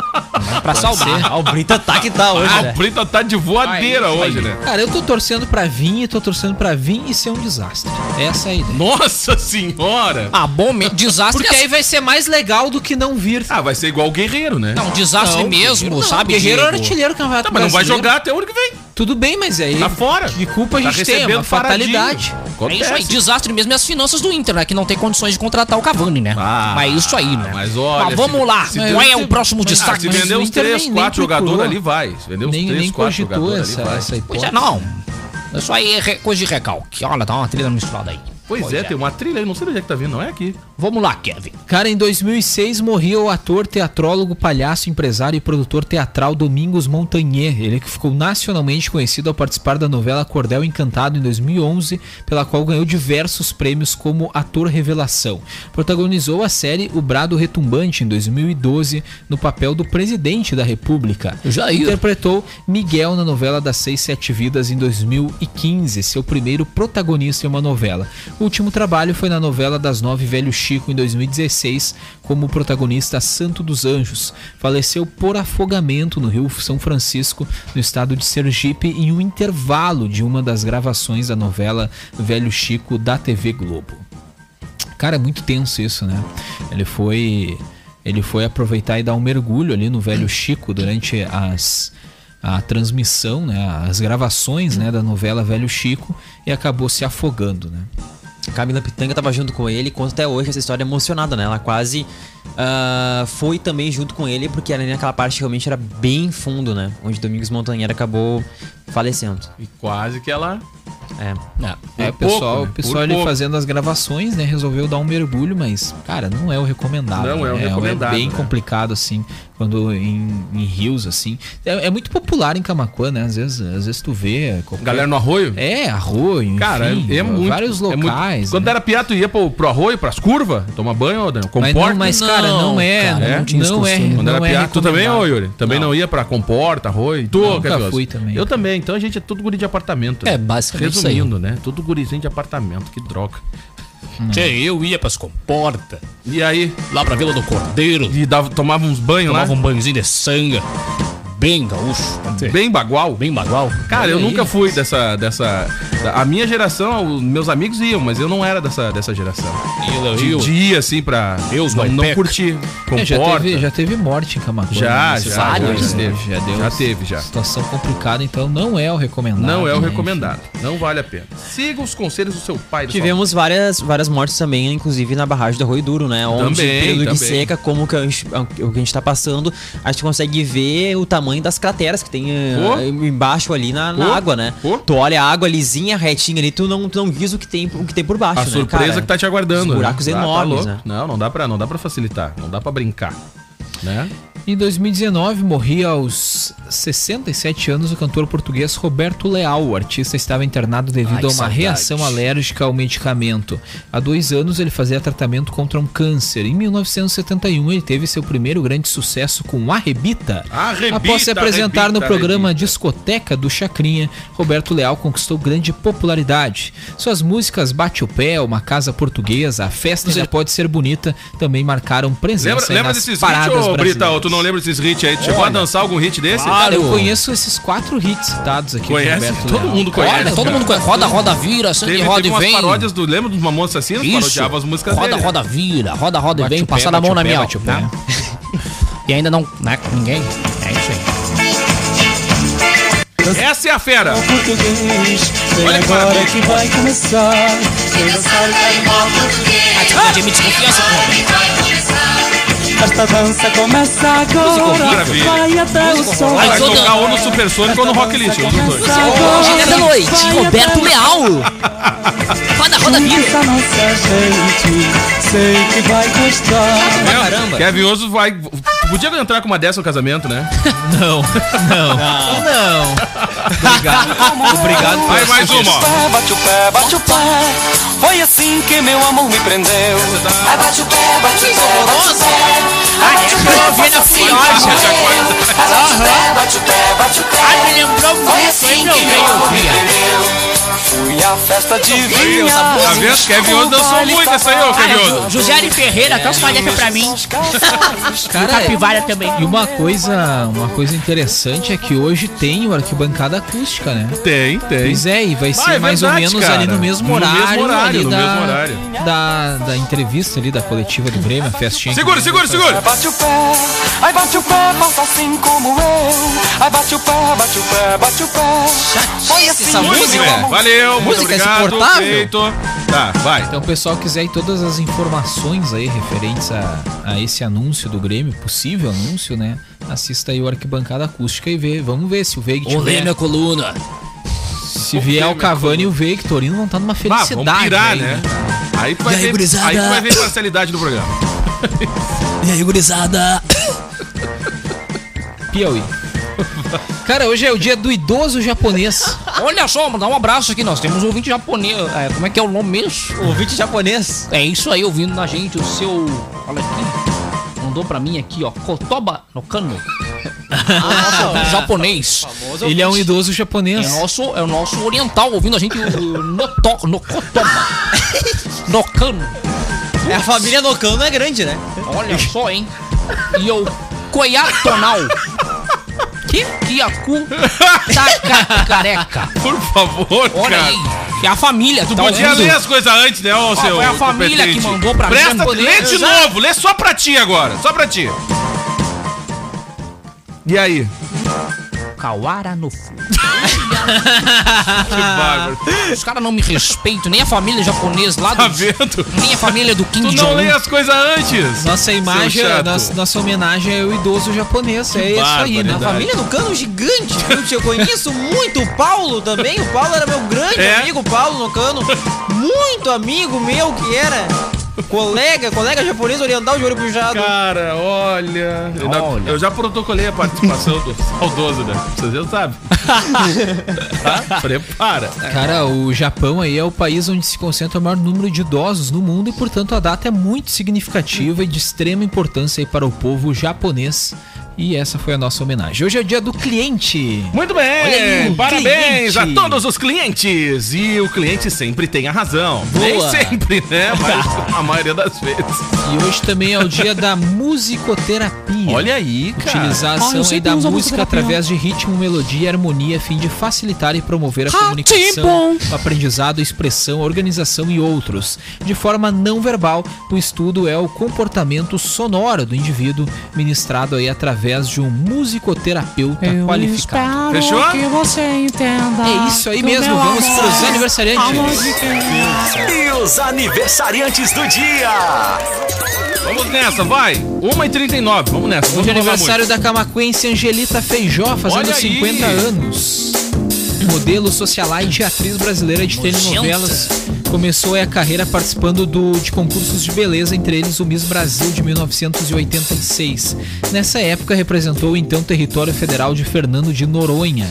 [SPEAKER 7] pra salvar.
[SPEAKER 4] Ah, o Brita tá que tá hoje,
[SPEAKER 1] Ah,
[SPEAKER 4] né?
[SPEAKER 1] o Brita tá de voadeira hoje, né?
[SPEAKER 5] Cara, eu tô torcendo pra vir e tô torcendo pra vir e ser um desastre. Essa é a ideia.
[SPEAKER 1] Nossa senhora!
[SPEAKER 7] Ah, bom mesmo. Desastre.
[SPEAKER 5] Porque aí vai ser mais legal do que não vir. Assim
[SPEAKER 1] Ah, vai ser igual o Guerreiro, né?
[SPEAKER 7] Não, desastre mesmo,
[SPEAKER 5] Não,
[SPEAKER 7] sabe?
[SPEAKER 5] Guerreiro é
[SPEAKER 7] Diego?
[SPEAKER 5] artilheiro do campeonato
[SPEAKER 1] tá, mas não vai
[SPEAKER 5] brasileiro.
[SPEAKER 1] jogar até o ano que vem.
[SPEAKER 5] Tudo bem, mas aí...
[SPEAKER 1] Tá fora.
[SPEAKER 5] Que culpa a
[SPEAKER 1] Tá
[SPEAKER 5] gente tem, é uma
[SPEAKER 1] recebendo paradinho.
[SPEAKER 5] fatalidade.
[SPEAKER 7] É isso aí,
[SPEAKER 1] Acontece.
[SPEAKER 7] desastre mesmo é as finanças do Inter, né? Que não tem condições de contratar o Cavani, né?
[SPEAKER 1] Ah,
[SPEAKER 7] mas é isso aí, né?
[SPEAKER 1] mas olha,
[SPEAKER 7] Mas vamos
[SPEAKER 1] se-
[SPEAKER 7] lá,
[SPEAKER 1] se-
[SPEAKER 7] qual é o próximo
[SPEAKER 5] mas-
[SPEAKER 1] Ah, se
[SPEAKER 7] destaque?
[SPEAKER 5] mas
[SPEAKER 1] vender
[SPEAKER 5] o
[SPEAKER 1] uns
[SPEAKER 5] Inter
[SPEAKER 1] 3,
[SPEAKER 5] nem-
[SPEAKER 1] 4
[SPEAKER 5] nem procurou.
[SPEAKER 1] jogadores ali, vai. Se vender uns
[SPEAKER 5] Nem,
[SPEAKER 1] 3,
[SPEAKER 5] nem
[SPEAKER 1] 4
[SPEAKER 5] cogitou
[SPEAKER 1] jogadores ali,
[SPEAKER 5] essa,
[SPEAKER 1] vai.
[SPEAKER 5] essa
[SPEAKER 7] Pois
[SPEAKER 5] hipótese.
[SPEAKER 7] é, não. Isso aí é re- coisa de recalque. Olha, tá uma trilha misturada aí.
[SPEAKER 1] Pois é, tem uma trilha aí, não sei de onde é que tá vindo, não é aqui.
[SPEAKER 7] Vamos lá, Kevin.
[SPEAKER 5] Cara, em 2006 morria o ator, teatrólogo, palhaço, empresário e produtor teatral Domingos Montagnier. Ele que ficou nacionalmente conhecido ao participar da novela Cordel Encantado em 2011, pela qual ganhou diversos prêmios como ator revelação. Protagonizou a série O Brado Retumbante em 2012, no papel do presidente da República.
[SPEAKER 7] Jair.
[SPEAKER 5] Interpretou Miguel na novela das Seis Sete Vidas em 2015, seu primeiro protagonista em uma novela. O último trabalho foi na novela das Nove Velho Chico em 2016, como protagonista Santo dos Anjos. Faleceu por afogamento no Rio São Francisco, no estado de Sergipe, em um intervalo de uma das gravações da novela Velho Chico da TV Globo. Cara, é muito tenso isso, né? Ele foi. Ele foi aproveitar e dar um mergulho ali no velho Chico durante as. A transmissão, né, as gravações né, da novela Velho Chico e acabou se afogando. Né?
[SPEAKER 4] Camila Pitanga tava junto com ele, conta até hoje essa história emocionada, né? Ela quase ah, foi também junto com ele, porque ali naquela parte realmente era bem fundo, né? Onde Domingos Montanheiro acabou falecendo.
[SPEAKER 1] E quase que ela.
[SPEAKER 4] É.
[SPEAKER 5] É, o
[SPEAKER 1] pouco,
[SPEAKER 5] pessoal,
[SPEAKER 1] né?
[SPEAKER 5] o pessoal
[SPEAKER 1] Por
[SPEAKER 5] ali
[SPEAKER 1] pouco.
[SPEAKER 5] fazendo as gravações, né? Resolveu dar um mergulho, mas, cara, não é o recomendado.
[SPEAKER 1] Não é o
[SPEAKER 5] né?
[SPEAKER 1] recomendado,
[SPEAKER 5] É bem
[SPEAKER 1] né?
[SPEAKER 5] complicado, assim, quando em, em rios, assim. É, é muito popular em Camacuã, né? Às vezes, às vezes tu vê. qualquer-
[SPEAKER 1] Galera no arroio?
[SPEAKER 5] É, arroio,
[SPEAKER 1] Cara,
[SPEAKER 5] enfim,
[SPEAKER 1] é, é muito.
[SPEAKER 5] vários
[SPEAKER 1] é muito-
[SPEAKER 5] locais.
[SPEAKER 1] Quando
[SPEAKER 5] né?
[SPEAKER 1] era piá, tu ia pro, pro arroio, pras curvas, tomar banho, ô, Daniel.
[SPEAKER 5] mas,
[SPEAKER 1] Comporta.
[SPEAKER 5] não, mas, cara, não é.
[SPEAKER 1] cara,
[SPEAKER 5] não,
[SPEAKER 1] não
[SPEAKER 5] tinha não é.
[SPEAKER 1] Quando
[SPEAKER 5] não
[SPEAKER 1] era
[SPEAKER 5] é
[SPEAKER 1] piá, tu também, ô
[SPEAKER 5] recomendado.
[SPEAKER 1] Yuri? Também não, ia pra comporta, arroio? Tu,
[SPEAKER 5] Não, nunca
[SPEAKER 1] Carlos?
[SPEAKER 5] fui também,
[SPEAKER 1] Eu
[SPEAKER 5] cara.
[SPEAKER 1] também, então a gente é tudo guri de apartamento.
[SPEAKER 7] É, basicamente isso aí.
[SPEAKER 1] Resumindo, né? Tudo gurizinho de apartamento, que droga.
[SPEAKER 7] Tchê, eu ia pras comportas,
[SPEAKER 1] E aí,
[SPEAKER 7] lá pra Vila do Cordeiro,
[SPEAKER 1] e dava, tomava uns banhos lá,
[SPEAKER 7] tomava um banhozinho de sanga. Bem gaúcho,
[SPEAKER 1] bem bagual.
[SPEAKER 7] bem bagual.
[SPEAKER 1] Cara,
[SPEAKER 7] Olha
[SPEAKER 1] eu
[SPEAKER 7] aí.
[SPEAKER 1] nunca fui dessa, dessa. da- A minha geração, os meus amigos iam, mas eu não era dessa, dessa geração.
[SPEAKER 7] Eu,
[SPEAKER 1] De,
[SPEAKER 7] eu,
[SPEAKER 1] de ir assim pra.
[SPEAKER 7] Deus,
[SPEAKER 1] não,
[SPEAKER 7] vai
[SPEAKER 1] não
[SPEAKER 7] peca.
[SPEAKER 1] curti.
[SPEAKER 5] É, já,
[SPEAKER 1] Comporta.
[SPEAKER 5] teve, já teve morte em Camacuã.
[SPEAKER 1] Já,
[SPEAKER 5] né?
[SPEAKER 1] já,
[SPEAKER 5] Vários,
[SPEAKER 1] já
[SPEAKER 5] né?
[SPEAKER 1] teve,
[SPEAKER 5] já deu.
[SPEAKER 1] já teve, já.
[SPEAKER 5] Situação complicada, então não é o recomendado.
[SPEAKER 1] Não é o
[SPEAKER 5] né?
[SPEAKER 1] recomendado. Não vale a pena. Siga os conselhos do seu pai. da sua
[SPEAKER 4] Tivemos várias, várias mortes também, inclusive na barragem do Arroio Duro, né? Onde
[SPEAKER 1] Também,
[SPEAKER 4] o
[SPEAKER 1] também.
[SPEAKER 4] período de seca, como que a gente, o que a gente tá passando, a gente consegue ver o tamanho das crateras que tem eh,
[SPEAKER 1] Pô.
[SPEAKER 4] embaixo ali na, na
[SPEAKER 1] Pô.
[SPEAKER 4] água, né?
[SPEAKER 1] Pô.
[SPEAKER 4] Tu olha a água lisinha, retinha ali, tu não, tu não visa o que tem, o que tem por baixo,
[SPEAKER 1] A
[SPEAKER 4] né,
[SPEAKER 1] surpresa
[SPEAKER 4] cara?
[SPEAKER 1] que tá te aguardando.
[SPEAKER 4] Os buracos
[SPEAKER 1] né? Ah, tá
[SPEAKER 4] enormes,
[SPEAKER 1] louco.
[SPEAKER 4] né?
[SPEAKER 1] Não, não dá, pra, não dá pra facilitar. Não dá pra brincar. Né?
[SPEAKER 5] Em 2019, morria aos 67 anos o cantor português Roberto Leal. O artista estava internado devido
[SPEAKER 7] Ai,
[SPEAKER 5] a uma
[SPEAKER 7] saudade.
[SPEAKER 5] reação alérgica ao medicamento. Há dois anos ele fazia tratamento contra um câncer. Em 1971, ele teve seu primeiro grande sucesso com Arrebita.
[SPEAKER 1] Arrebita,
[SPEAKER 5] Após se apresentar
[SPEAKER 1] arrebita,
[SPEAKER 5] no programa
[SPEAKER 1] arrebita.
[SPEAKER 5] Discoteca do Chacrinha, Roberto Leal conquistou grande popularidade. Suas músicas Bate o Pé, Uma Casa Portuguesa, A Festa Já Pode Ser Bonita também marcaram presença
[SPEAKER 1] Lembra,
[SPEAKER 5] aí
[SPEAKER 1] lembra
[SPEAKER 5] nas
[SPEAKER 1] desses hits,
[SPEAKER 5] paradas
[SPEAKER 1] ô Brita? Ou
[SPEAKER 5] brasileiras.
[SPEAKER 1] tu não lembra desses hits aí? Tu chegou a dançar algum hit desse?
[SPEAKER 5] Cara, eu conheço esses quatro hits citados aqui. do
[SPEAKER 1] Conhece?
[SPEAKER 5] Roberto
[SPEAKER 1] Todo
[SPEAKER 5] Leal.
[SPEAKER 1] mundo conhece.
[SPEAKER 7] Olha, todo mundo conhece. Roda, roda, vira, sangue
[SPEAKER 1] Teve,
[SPEAKER 7] roda
[SPEAKER 1] teve
[SPEAKER 7] e
[SPEAKER 1] umas
[SPEAKER 7] vem.
[SPEAKER 1] paródias do. Lembra dos Mamões Assassinos?
[SPEAKER 7] Isso.
[SPEAKER 1] Parodiava as músicas
[SPEAKER 7] roda,
[SPEAKER 1] dele.
[SPEAKER 7] roda, vira, roda, roda e
[SPEAKER 5] Bate
[SPEAKER 7] vem,
[SPEAKER 5] o pé,
[SPEAKER 7] passando a mão
[SPEAKER 5] bate
[SPEAKER 7] na
[SPEAKER 5] o pé,
[SPEAKER 7] minha.
[SPEAKER 5] bate o pé.
[SPEAKER 7] né? E ainda não, né, com ninguém. É isso aí.
[SPEAKER 1] Essa é a fera.
[SPEAKER 7] Olha agora que vai começar. Atitude de me desconfiança, pô. Mas,
[SPEAKER 1] Maravilha. Vai
[SPEAKER 7] ô,
[SPEAKER 1] tocar
[SPEAKER 7] Dan,
[SPEAKER 1] ou no Supersônico ou no Rock List. um dos dois.
[SPEAKER 7] Hoje é da noite, Roberto Leal. Roda, roda, vira.
[SPEAKER 1] Meu, Kevin Oso vai. Podia entrar com uma dessa no casamento, né? [laughs]
[SPEAKER 5] Não, não, não. Obrigado. Obrigado
[SPEAKER 1] Vai mais uma, ó.
[SPEAKER 8] Bate o pé, bate o pé. Foi assim que meu amor me prendeu. Ai, bate o pé, bate o pé, bate o pé. Ai, bate o pé,
[SPEAKER 7] Ovelha
[SPEAKER 8] faça assim
[SPEAKER 7] fioja.
[SPEAKER 8] pra você. Ai, Bate o pé, bate o pé, bate o
[SPEAKER 7] Ai, me
[SPEAKER 8] pé.
[SPEAKER 7] lembrou
[SPEAKER 8] Foi
[SPEAKER 7] muito,
[SPEAKER 8] assim
[SPEAKER 7] hein,
[SPEAKER 8] que
[SPEAKER 7] meu bem,
[SPEAKER 8] meu amor me
[SPEAKER 7] ouvia.
[SPEAKER 8] prendeu. Fui à festa de vinha.
[SPEAKER 1] Tá vendo? Kevin Oso dançou muito essa aí, ô Kevin Oso.
[SPEAKER 7] Cara, Josiane Ferreira, até os palhecas pra mim.
[SPEAKER 5] Cara,
[SPEAKER 7] Capivara também.
[SPEAKER 5] E uma coisa, uma coisa interessante é que hoje tem o arquibancada acústica, né?
[SPEAKER 1] Tem, tem.
[SPEAKER 5] Pois é, e vai ser
[SPEAKER 1] Ah, é
[SPEAKER 5] mais
[SPEAKER 1] verdade,
[SPEAKER 5] ou menos
[SPEAKER 1] cara.
[SPEAKER 5] ali no mesmo
[SPEAKER 1] No
[SPEAKER 5] horário,
[SPEAKER 1] mesmo horário,
[SPEAKER 5] ali
[SPEAKER 1] no
[SPEAKER 5] da,
[SPEAKER 1] mesmo horário.
[SPEAKER 5] Da, da entrevista ali da coletiva do Grêmio, a festinha. que
[SPEAKER 1] Segura,
[SPEAKER 5] o Grêmio
[SPEAKER 1] segura,
[SPEAKER 5] vai
[SPEAKER 8] Bate
[SPEAKER 1] segura.
[SPEAKER 5] fazer.
[SPEAKER 8] o pé, ai bate o pé, faça assim como eu. Ai bate o pé, bate o pé, bate o pé. Foi assim
[SPEAKER 5] essa
[SPEAKER 8] que meu
[SPEAKER 5] música.
[SPEAKER 8] amor-
[SPEAKER 1] É, Valeu, muito
[SPEAKER 5] Música
[SPEAKER 1] obrigado.
[SPEAKER 5] insuportável.
[SPEAKER 1] Feito. Tá, vai.
[SPEAKER 5] Então, o pessoal quiser aí todas as informações aí referentes a, a esse anúncio do Grêmio, possível anúncio, né? Assista aí o Arquibancada Acústica e vê. Vamos ver se o Veig
[SPEAKER 7] Olê minha coluna.
[SPEAKER 5] Se vier o Cavani e o Victorino vão estar tá numa
[SPEAKER 1] Ah,
[SPEAKER 5] felicidade.
[SPEAKER 1] vamos pirar,
[SPEAKER 5] aí,
[SPEAKER 1] né? Aí tu vai,
[SPEAKER 9] E aí,
[SPEAKER 1] ver,
[SPEAKER 9] gurizada?
[SPEAKER 1] aí tu vai ver parcialidade do programa.
[SPEAKER 9] E aí, gurizada?
[SPEAKER 5] Piauí. Cara, hoje é o dia do idoso japonês.
[SPEAKER 6] Olha só, dá um abraço aqui. Nós temos um ouvinte japonês. É, como é que é o nome mesmo?
[SPEAKER 4] Ouvinte japonês.
[SPEAKER 6] É isso aí, ouvindo na gente, o seu. Olha aqui. Mandou pra mim aqui, ó. Kotoba no cano. japonês.
[SPEAKER 5] Ele é um idoso
[SPEAKER 6] É
[SPEAKER 5] japonês.
[SPEAKER 6] o nosso, é o nosso oriental ouvindo a gente o- o no, to, no Kotoba. No cano.
[SPEAKER 4] É, a família Nocano é grande, né?
[SPEAKER 6] Olha só, hein? E o Koyatonal. Que? Kiaku Taka Careca.
[SPEAKER 1] Por favor,
[SPEAKER 6] Olha
[SPEAKER 1] cara.
[SPEAKER 6] aí. É a família, tu tá
[SPEAKER 1] Podia
[SPEAKER 6] ouvindo?
[SPEAKER 1] ler as coisas antes, né, ô seu
[SPEAKER 6] foi a família
[SPEAKER 1] competente.
[SPEAKER 6] que mandou pra mim,
[SPEAKER 1] Presta,
[SPEAKER 6] eu poder-
[SPEAKER 1] lê de
[SPEAKER 6] eu já-
[SPEAKER 1] novo, lê só pra ti agora, só pra ti. E aí?
[SPEAKER 6] Kawara no Fu.
[SPEAKER 1] Que
[SPEAKER 6] Ah,
[SPEAKER 1] bárbaro.
[SPEAKER 6] Os caras não me respeitam, nem a família japonesa lá
[SPEAKER 1] Tá
[SPEAKER 6] do.
[SPEAKER 1] vendo?
[SPEAKER 6] Nem a família do Kim
[SPEAKER 1] Tu não lê
[SPEAKER 6] Jong-un.
[SPEAKER 1] as coisas antes.
[SPEAKER 5] Nossa
[SPEAKER 6] é
[SPEAKER 5] imagem,
[SPEAKER 1] Seu chato.
[SPEAKER 5] nossa, nossa homenagem é o idoso japonês. É isso aí, né?
[SPEAKER 1] barbaridade.
[SPEAKER 5] A família
[SPEAKER 4] Família Nocano é gigante, viu? Eu conheço muito o Paulo também. O Paulo era meu grande
[SPEAKER 1] É?
[SPEAKER 4] amigo, Paulo Nocano. Muito amigo meu que era. Colega, colega japonês oriental de olho puxado.
[SPEAKER 1] Cara, olha. Eu já-
[SPEAKER 6] Olha.
[SPEAKER 1] Eu já protocolei a participação do [laughs] saudoso, né? Vocês já
[SPEAKER 6] [laughs]
[SPEAKER 1] sabem. tá? Prepara.
[SPEAKER 5] Cara, o Japão aí é o país onde se concentra o maior número de idosos no mundo e, portanto, a data é muito significativa e de extrema importância aí para o povo japonês. E essa foi a nossa homenagem. Hoje é o dia do cliente.
[SPEAKER 1] Muito
[SPEAKER 5] Olha aí,
[SPEAKER 1] bem,
[SPEAKER 5] o
[SPEAKER 1] parabéns
[SPEAKER 5] cliente.
[SPEAKER 1] a todos os clientes. E o cliente sempre tem a razão. Nem sempre, né? Mas a maioria das vezes.
[SPEAKER 5] E hoje também é o dia da musicoterapia.
[SPEAKER 1] Olha aí, cara.
[SPEAKER 5] Utilizar a ação aí da música através de ritmo, melodia e harmonia a fim de facilitar e promover a comunicação, o aprendizado, a expressão, a organização e outros. De forma não verbal, o estudo é o comportamento sonoro do indivíduo ministrado aí através de um musicoterapeuta qualificado.
[SPEAKER 1] Fechou?
[SPEAKER 5] É isso aí mesmo, vamos para os aniversariantes.
[SPEAKER 3] E os aniversariantes do dia.
[SPEAKER 1] Vamos nessa, vai. 1h39, vamos nessa. Vamos
[SPEAKER 5] Hoje é
[SPEAKER 1] falar
[SPEAKER 5] aniversário da camacuense Angelita Feijó, fazendo
[SPEAKER 1] Olha aí.
[SPEAKER 5] 50 anos. Modelo socialite e atriz brasileira de telenovelas. Começou aí a carreira participando do- de concursos de beleza, entre eles o Miss Brasil de 1986. Nessa época representou o então território federal de Fernando de Noronha.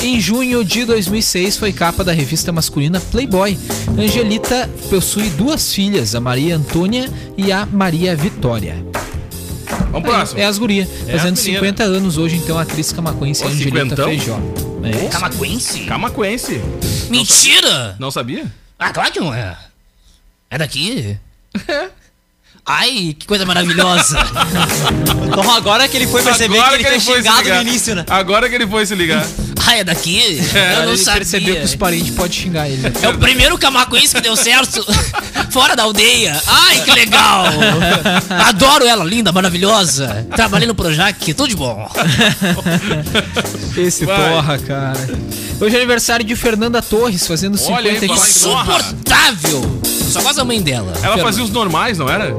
[SPEAKER 5] Em junho de 2006 foi capa da revista masculina Playboy. Angelita possui duas filhas, a Maria Antônia e a Maria Vitória.
[SPEAKER 1] muito. Vamos pro próximo.
[SPEAKER 5] É as gurias.
[SPEAKER 1] É
[SPEAKER 5] Fazendo
[SPEAKER 1] as meninas.
[SPEAKER 5] 50 anos hoje, então, a atriz camacuense
[SPEAKER 1] Ô,
[SPEAKER 5] Angelita
[SPEAKER 1] cinquentão?
[SPEAKER 5] Feijó. É.
[SPEAKER 6] Camacuense?
[SPEAKER 1] Camacuense.
[SPEAKER 6] Mentira!
[SPEAKER 1] Não sabia?
[SPEAKER 6] Ah, claro que não é.
[SPEAKER 5] [laughs]
[SPEAKER 6] É daqui? Ai, que coisa maravilhosa.
[SPEAKER 5] [laughs]
[SPEAKER 4] Então agora que ele foi perceber que ele foi xingado no
[SPEAKER 1] ligar.
[SPEAKER 4] início, né?
[SPEAKER 1] Agora que ele foi se ligar.
[SPEAKER 6] Ai, é daqui? Eu não
[SPEAKER 5] Ele percebeu
[SPEAKER 6] sabia.
[SPEAKER 5] que os parentes podem
[SPEAKER 1] [laughs]
[SPEAKER 5] xingar ele.
[SPEAKER 6] É o primeiro camacuense que deu certo [laughs] fora da aldeia. Ai, que legal. Adoro ela, linda, maravilhosa. Trabalhei no Projac, tudo de bom.
[SPEAKER 5] Esse
[SPEAKER 1] Vai.
[SPEAKER 5] porra, cara. Hoje é aniversário de Fernanda Torres, fazendo
[SPEAKER 1] Olha aí,
[SPEAKER 5] 54.
[SPEAKER 6] Insuportável. Só quase a mãe dela.
[SPEAKER 1] Ela fazia os normais, não era?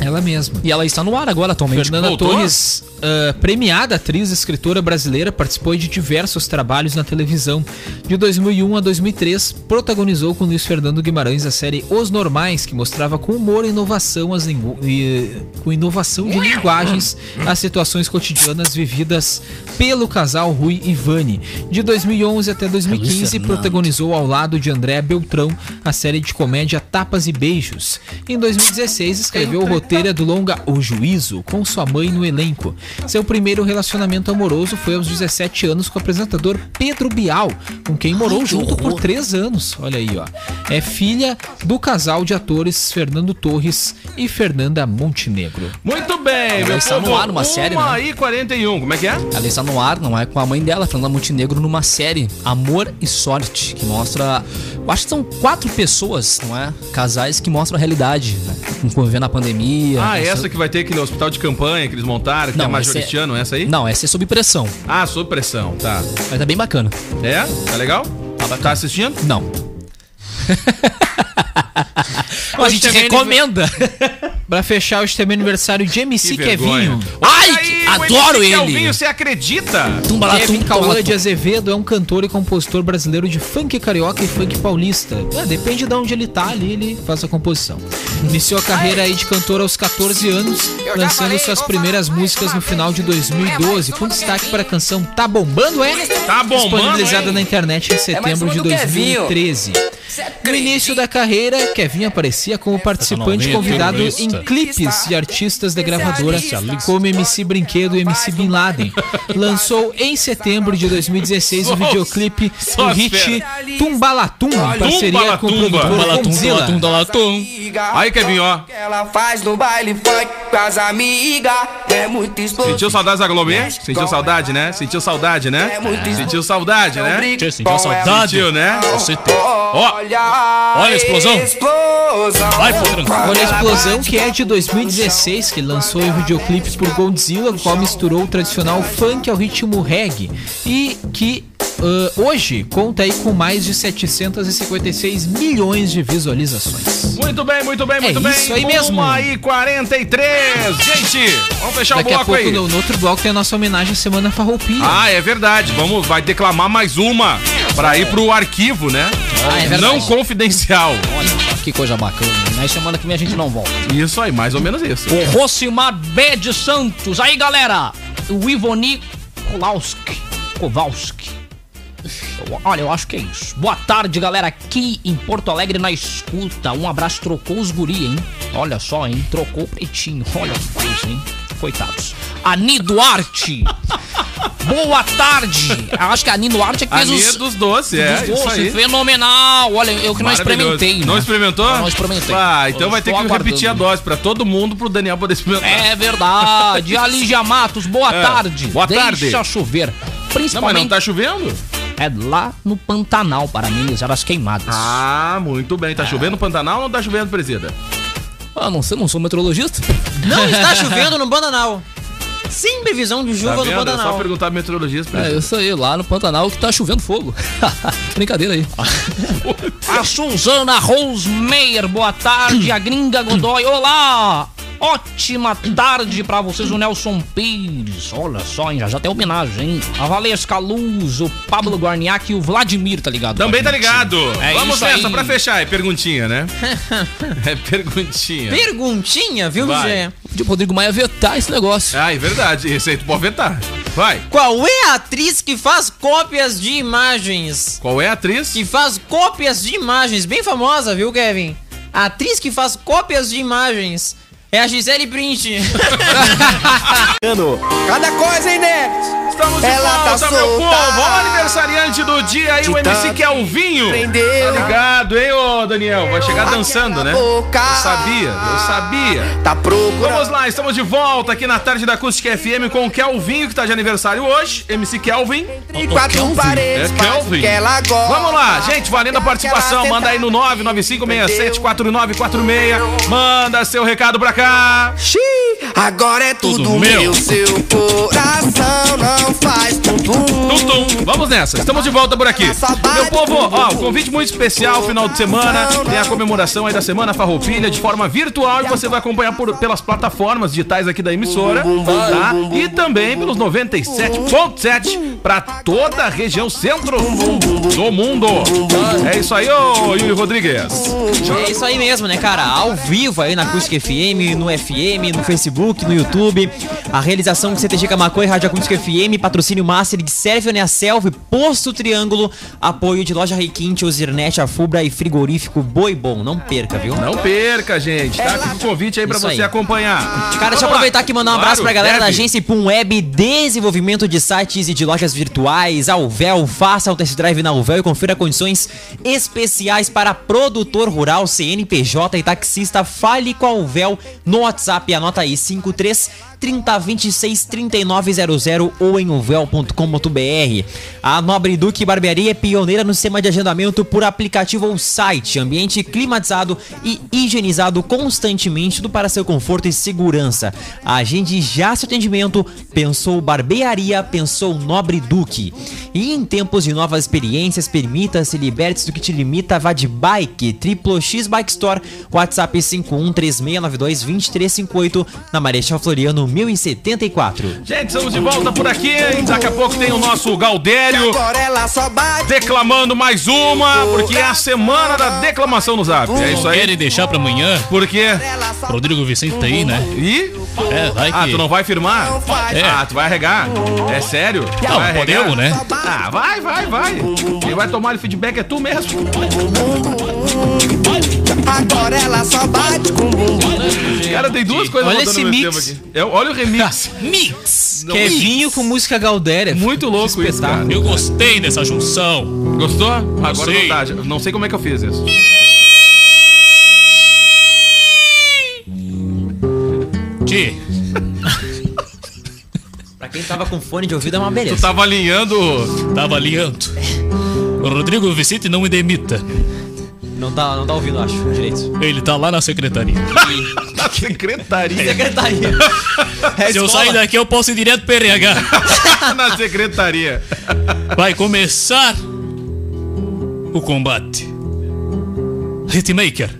[SPEAKER 5] Ela mesma.
[SPEAKER 6] E ela está no ar agora atualmente.
[SPEAKER 5] Fernanda
[SPEAKER 1] voltou?
[SPEAKER 5] Torres, ah, premiada atriz e escritora brasileira, participou de diversos trabalhos na televisão. De 2001 a 2003, protagonizou com Luiz Fernando Guimarães a série Os Normais, que mostrava com humor e inovação as lingu- e, com inovação de linguagens as situações cotidianas vividas pelo casal Rui e Vani. De 2011 até 2015,
[SPEAKER 6] Fernando.
[SPEAKER 5] protagonizou ao lado de André Beltrão a série de comédia Tapas e Beijos. Em 2016, escreveu o roteiro do longa O Juízo, com sua mãe no elenco. Seu primeiro relacionamento amoroso foi aos 17 anos com o apresentador Pedro Bial, com quem morou junto por
[SPEAKER 6] horror.
[SPEAKER 5] 3 anos. Olha aí, ó. É filha do casal de atores Fernando Torres e Fernanda Montenegro.
[SPEAKER 1] Muito bem, meu
[SPEAKER 6] está no
[SPEAKER 1] povo.
[SPEAKER 6] ar uma série, né?
[SPEAKER 1] aí 41, como é que é?
[SPEAKER 6] Ela está no ar, não é com a mãe dela, Fernanda Montenegro, numa série Amor e Sorte, que mostra. Eu acho que são quatro pessoas, não é? Casais que mostram a realidade, né? Convivendo a
[SPEAKER 5] É,
[SPEAKER 6] pandemia.
[SPEAKER 1] Ah, essa que vai ter aqui no hospital de campanha que eles montaram, que
[SPEAKER 6] Não,
[SPEAKER 1] é
[SPEAKER 6] essa é-
[SPEAKER 1] majoristiano, essa aí?
[SPEAKER 6] Não, essa é sob pressão.
[SPEAKER 1] Ah, sob pressão, tá.
[SPEAKER 6] Mas tá bem bacana.
[SPEAKER 1] É? Tá legal? Tá assistindo? [laughs]
[SPEAKER 6] Não. a gente
[SPEAKER 1] também
[SPEAKER 6] recomenda.
[SPEAKER 5] Pra fechar, hoje também é aniversário de MC
[SPEAKER 1] Que vergonha.
[SPEAKER 5] Kevinho.
[SPEAKER 1] Olha
[SPEAKER 6] Ai,
[SPEAKER 1] aí, Vinho.
[SPEAKER 6] que-
[SPEAKER 2] Adoro
[SPEAKER 1] MC
[SPEAKER 2] ele.
[SPEAKER 1] Kelvinho, você acredita?
[SPEAKER 2] Tumba lá,
[SPEAKER 5] Kevin
[SPEAKER 2] tum,
[SPEAKER 5] Cauã de Azevedo é um cantor e compositor brasileiro de funk carioca e funk paulista. É, depende de onde ele tá ali, ele faz a composição. Iniciou a carreira aí de cantor aos 14 anos, lançando suas primeiras músicas no final
[SPEAKER 6] É
[SPEAKER 5] de 2012, com destaque para a canção Tá Bombando, é?
[SPEAKER 1] Tá bombando,
[SPEAKER 5] Disponibilizada
[SPEAKER 1] hein?
[SPEAKER 5] na internet em
[SPEAKER 6] É mais
[SPEAKER 5] setembro
[SPEAKER 6] uma
[SPEAKER 5] de
[SPEAKER 6] do Kevinho.
[SPEAKER 5] 2013. No início da carreira, Kevin aparecia como participante
[SPEAKER 1] novinha,
[SPEAKER 5] convidado em
[SPEAKER 1] terrorista.
[SPEAKER 5] clipes de artistas da gravadora,
[SPEAKER 6] Especialista.
[SPEAKER 5] como MC Brinquedo e MC Bin Laden. Lançou em setembro de 2016 o
[SPEAKER 1] Só os-
[SPEAKER 5] videoclipe
[SPEAKER 1] só
[SPEAKER 5] do
[SPEAKER 1] as
[SPEAKER 5] hit
[SPEAKER 6] feras.
[SPEAKER 5] Tumbalatum, em parceria com o
[SPEAKER 1] Tumbalatumba.
[SPEAKER 5] produtor Godzilla.
[SPEAKER 1] Aí, Kevin, ó.
[SPEAKER 10] Ela faz no baile funk com as amigas. É muito explosivo.
[SPEAKER 1] Sentiu saudade da Globê? Sentiu saudade, né? Sentiu saudade, né?
[SPEAKER 10] É muito
[SPEAKER 1] Sentiu saudade, né?
[SPEAKER 10] Briga
[SPEAKER 2] sentiu
[SPEAKER 10] com ela.
[SPEAKER 2] saudade?
[SPEAKER 1] Sentiu, né? Ó,
[SPEAKER 10] Olha,
[SPEAKER 2] Olha a explosão.
[SPEAKER 10] Explosão.
[SPEAKER 2] Vai, Potranca.
[SPEAKER 5] Olha a explosão que é de 2016, que lançou em videoclipes por Godzilla, qual misturou o tradicional funk ao ritmo reggae e que ah, hoje conta aí com mais de 756 milhões de visualizações.
[SPEAKER 1] muito bem, muito bem, muito
[SPEAKER 5] É
[SPEAKER 1] bem.
[SPEAKER 5] isso aí mesmo.
[SPEAKER 1] Uma e 43. Gente, vamos fechar
[SPEAKER 5] Daqui
[SPEAKER 1] o
[SPEAKER 5] a
[SPEAKER 1] bloco
[SPEAKER 5] pouco
[SPEAKER 1] aí.
[SPEAKER 5] no, no outro bloco tem a nossa homenagem à Semana Farroupilha.
[SPEAKER 1] Ah, é verdade. Vamos, vai declamar mais uma pra ir pro arquivo, né?
[SPEAKER 6] Ah, é verdade.
[SPEAKER 1] Não confidencial.
[SPEAKER 6] Olha, que coisa bacana. Mas semana que vem a gente não volta.
[SPEAKER 1] Isso aí, mais ou menos isso.
[SPEAKER 6] O Rosimar B de Santos. Aí, galera. O Ivoni Kowalski. Kowalski. Eu- Olha, eu acho que é isso. Boa tarde, galera. Aqui em Porto Alegre na escuta. Um abraço. Trocou os guri, hein? Olha só, hein? Trocou o pretinho. Olha que coisa, hein? Coitados.
[SPEAKER 1] [laughs]
[SPEAKER 6] Ani Duarte. Boa tarde. Acho que a Ani Duarte é que fez
[SPEAKER 1] Aninha
[SPEAKER 6] os...
[SPEAKER 1] dos doces, é.
[SPEAKER 6] dos
[SPEAKER 1] isso
[SPEAKER 6] doces.
[SPEAKER 1] aí.
[SPEAKER 6] Fenomenal. Olha, eu que não
[SPEAKER 1] Maravilhoso.
[SPEAKER 6] experimentei.
[SPEAKER 1] Não
[SPEAKER 6] né?
[SPEAKER 1] experimentou?
[SPEAKER 6] Não experimentei.
[SPEAKER 1] Ah, então
[SPEAKER 6] Eu
[SPEAKER 1] vai ter que
[SPEAKER 6] estou
[SPEAKER 1] repetir a
[SPEAKER 6] aguardando.
[SPEAKER 1] dose pra todo mundo, pro Daniel poder experimentar. [laughs]
[SPEAKER 6] É verdade. A Lígia Matos, boa
[SPEAKER 1] É,
[SPEAKER 6] tarde.
[SPEAKER 1] boa
[SPEAKER 6] Deixa
[SPEAKER 1] tarde.
[SPEAKER 6] chover.
[SPEAKER 1] Não, mas
[SPEAKER 6] Principalmente
[SPEAKER 1] não tá chovendo?
[SPEAKER 6] é lá no Pantanal para amenizar as queimadas.
[SPEAKER 1] Ah, muito bem. Tá chovendo no Pantanal ou não tá chovendo, presida?
[SPEAKER 2] Ah, não sei, não sou
[SPEAKER 1] [laughs]
[SPEAKER 2] meteorologista.
[SPEAKER 4] Não está chovendo no Bananal. Sem previsão de
[SPEAKER 1] Tá
[SPEAKER 4] chuva no
[SPEAKER 1] vendo? É só
[SPEAKER 4] Bananal.
[SPEAKER 1] perguntar pro meteorologista,
[SPEAKER 2] É,
[SPEAKER 1] presida.
[SPEAKER 2] isso aí, lá no Pantanal que tá chovendo
[SPEAKER 6] [laughs]
[SPEAKER 2] fogo. Brincadeira
[SPEAKER 1] [laughs]
[SPEAKER 2] aí.
[SPEAKER 6] A Suzana Rosmeyer, boa tarde. A gringa Godoy, olá. Ótima tarde pra vocês, o Nelson Pires. Olha só, hein? Já, já tem homenagem, hein? A Valesca Luz, o Pablo Guarniac e o Vladimir, tá ligado?
[SPEAKER 1] Também tá ligado.
[SPEAKER 6] É
[SPEAKER 1] Vamos
[SPEAKER 6] isso
[SPEAKER 1] nessa
[SPEAKER 6] aí.
[SPEAKER 1] pra fechar. É perguntinha,
[SPEAKER 6] [laughs]
[SPEAKER 1] né? é perguntinha.
[SPEAKER 4] Perguntinha, viu,
[SPEAKER 1] Vai.
[SPEAKER 4] Gê?
[SPEAKER 2] Podia o Rodrigo Maia vetar esse negócio.
[SPEAKER 1] Ah, é verdade. Esse aí tu pode vetar. Vai.
[SPEAKER 4] Qual é a atriz que faz cópias de imagens?
[SPEAKER 1] Qual é a atriz?
[SPEAKER 4] Que faz cópias de imagens. Bem famosa, viu, Kevin? A atriz que faz cópias de imagens é a Gisele Print.
[SPEAKER 3] Ano,
[SPEAKER 10] Cada coisa, hein, Neves?
[SPEAKER 1] Estamos de
[SPEAKER 10] Ela tá
[SPEAKER 1] volta, meu
[SPEAKER 10] solta.
[SPEAKER 1] povo. Ó, o aniversariante do dia aí, o MC que é o vinho.
[SPEAKER 10] Prendeu.
[SPEAKER 1] Tá ligado, hein, ô Daniel? Vai chegar dançando, né? Eu
[SPEAKER 10] Boca.
[SPEAKER 1] sabia, eu sabia.
[SPEAKER 10] Tá procurando.
[SPEAKER 1] Vamos lá, estamos de volta aqui na tarde da Acústica FM com o Kelvinho, que tá de aniversário hoje, MC Kelvin.
[SPEAKER 10] Entre quatro paredes.
[SPEAKER 1] É
[SPEAKER 10] faz o
[SPEAKER 1] Kelvin.
[SPEAKER 10] que ela gosta.
[SPEAKER 1] Vamos lá, gente, valendo a participação, manda aí no 995674946, manda seu recado pra cá.
[SPEAKER 10] Agora é tudo, meu. Seu coração não faz tudo.
[SPEAKER 1] Tum, tum. Vamos nessa, estamos de volta por aqui. Meu povo, ó, um convite muito especial, final de semana, tem a comemoração aí da Semana Farroupilha de forma virtual e você vai acompanhar por- pelas plataformas digitais aqui da emissora, tá? E também pelos 97.7 pra toda a região centro do mundo. É isso aí, ô Yuri Rodrigues.
[SPEAKER 4] É isso aí mesmo, né, cara? Ao vivo aí na Acústica FM, no FM, no Facebook, no YouTube. A realização do CTG Camacô e Rádio Acústica FM, patrocínio Master de né? Sérvio Neaselv, Posto Triângulo, apoio de Loja Requinte, Ozirnet, Afubra e Frigorífico Boi Bom. Não perca, viu?
[SPEAKER 1] Não perca, gente, tá? Fica o convite aí pra
[SPEAKER 4] Isso
[SPEAKER 1] você
[SPEAKER 4] aí.
[SPEAKER 1] acompanhar.
[SPEAKER 4] Cara,
[SPEAKER 1] Vamos
[SPEAKER 4] deixa
[SPEAKER 1] lá.
[SPEAKER 4] eu aproveitar aqui e mandar um
[SPEAKER 1] Claro,
[SPEAKER 4] abraço pra galera da
[SPEAKER 1] deve.
[SPEAKER 4] agência Ipum Web, desenvolvimento de sites e de lojas virtuais, Alvel, faça o test drive na Alvel e confira condições especiais para produtor rural, CNPJ e taxista, fale com a Alvel no WhatsApp, anota aí, 53 30 26 3900 ou em uvel.com.br. A Nobre Duque Barbearia é pioneira no sistema de agendamento por aplicativo ou site, ambiente climatizado e higienizado constantemente tudo para seu conforto e segurança. Agende já seu atendimento, pensou barbearia, pensou Nobre Duque. E em tempos de novas experiências, permita-se, liberte-se do que um te limita, vá de bike, Triplo X Bike Store, WhatsApp 513692 2358, na Marechal Floriano 1074.
[SPEAKER 1] Gente, estamos de volta por aqui. Daqui a pouco tem o nosso Galdério
[SPEAKER 11] Agora ela só bate.
[SPEAKER 1] declamando mais uma, porque é a semana da declamação no Zap. É isso aí.
[SPEAKER 6] Querem deixar pra amanhã?
[SPEAKER 1] Porque.
[SPEAKER 11] Ela só
[SPEAKER 6] Rodrigo Vicente tá aí, né?
[SPEAKER 1] E.
[SPEAKER 6] É, vai que...
[SPEAKER 1] Ah, tu não vai firmar?
[SPEAKER 6] É.
[SPEAKER 1] Ah, tu vai arregar? É sério?
[SPEAKER 6] Não,
[SPEAKER 1] Vai arregar?
[SPEAKER 6] podemos, né?
[SPEAKER 1] Ah, vai, vai, vai. Quem vai tomar o feedback é tu mesmo.
[SPEAKER 11] Agora ela só bate com bumbum.
[SPEAKER 1] Cara, tem duas coisas
[SPEAKER 5] Olha
[SPEAKER 1] rodando
[SPEAKER 5] esse
[SPEAKER 1] ao mesmo
[SPEAKER 5] mix.
[SPEAKER 1] tempo aqui. Eu- olha o remix.
[SPEAKER 6] Mix!
[SPEAKER 5] Que é vinho com música
[SPEAKER 6] é
[SPEAKER 5] Galdéria.
[SPEAKER 1] Muito louco isso, cara.
[SPEAKER 6] Eu gostei dessa junção.
[SPEAKER 1] Gostou? Agora
[SPEAKER 6] sei.
[SPEAKER 1] não tá. já- Não sei como é que eu fiz isso.
[SPEAKER 6] Ti,
[SPEAKER 4] Pra quem tava com fone de ouvido é uma beleza.
[SPEAKER 1] Tu tava alinhando.
[SPEAKER 6] tava alinhando. Rodrigo Vicente não me demita.
[SPEAKER 4] Não, tá, não tá ouvindo, acho, direito.
[SPEAKER 6] Ele tá lá na secretaria.
[SPEAKER 1] Na secretaria.
[SPEAKER 6] [laughs]
[SPEAKER 4] Secretaria. É
[SPEAKER 6] Se eu
[SPEAKER 4] escola.
[SPEAKER 6] sair daqui, eu posso ir direto pro RH.
[SPEAKER 1] [laughs] Na secretaria.
[SPEAKER 6] Vai começar o combate. Hitmaker.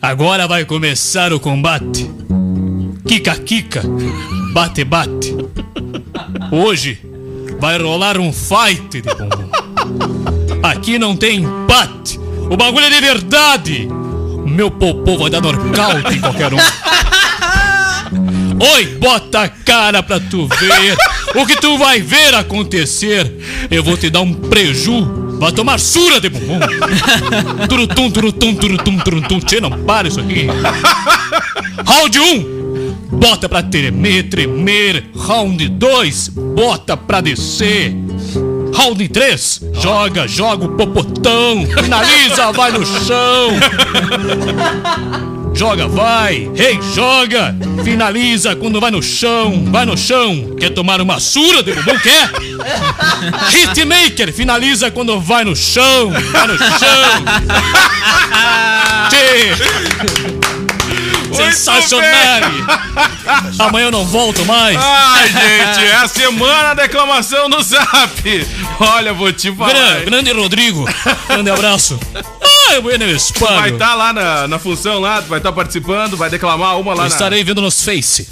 [SPEAKER 6] Agora vai começar o combate. Kika kika. Bate bate. Hoje vai rolar um
[SPEAKER 1] [laughs]
[SPEAKER 6] fight de bumbum. Aqui não tem empate. O bagulho é de verdade. Meu popô vai dar nocaute em qualquer um. Oi, bota a cara pra tu ver. O que tu vai ver acontecer? Eu vou te dar um preju. Vai tomar sura de bumbum. Turutum, turutum, turutum, turutum. Tchê, não para isso aqui. Round 1. Bota pra tremer, tremer. Round 2. Bota pra descer. Round 3. Joga, joga o popotão. Finaliza, vai no chão. Joga, vai! Ei, joga! Finaliza quando vai no chão, vai no chão! Quer tomar uma sura de bumbum? Quer? Hitmaker! Finaliza quando vai no chão, vai no chão! Tchê. Sensacional! Amanhã eu não volto mais!
[SPEAKER 1] Ai, gente, é a semana da reclamação no Zap. Olha, vou te falar.
[SPEAKER 6] Gran-
[SPEAKER 1] hein?
[SPEAKER 6] grande Rodrigo!
[SPEAKER 1] [laughs]
[SPEAKER 6] Grande abraço! Ah, Ai, bueno, Espanho!
[SPEAKER 1] Vai tá estar lá na, na função lá, tu vai estar participando, vai declamar uma lá na...
[SPEAKER 6] Eu estarei vendo nos Face,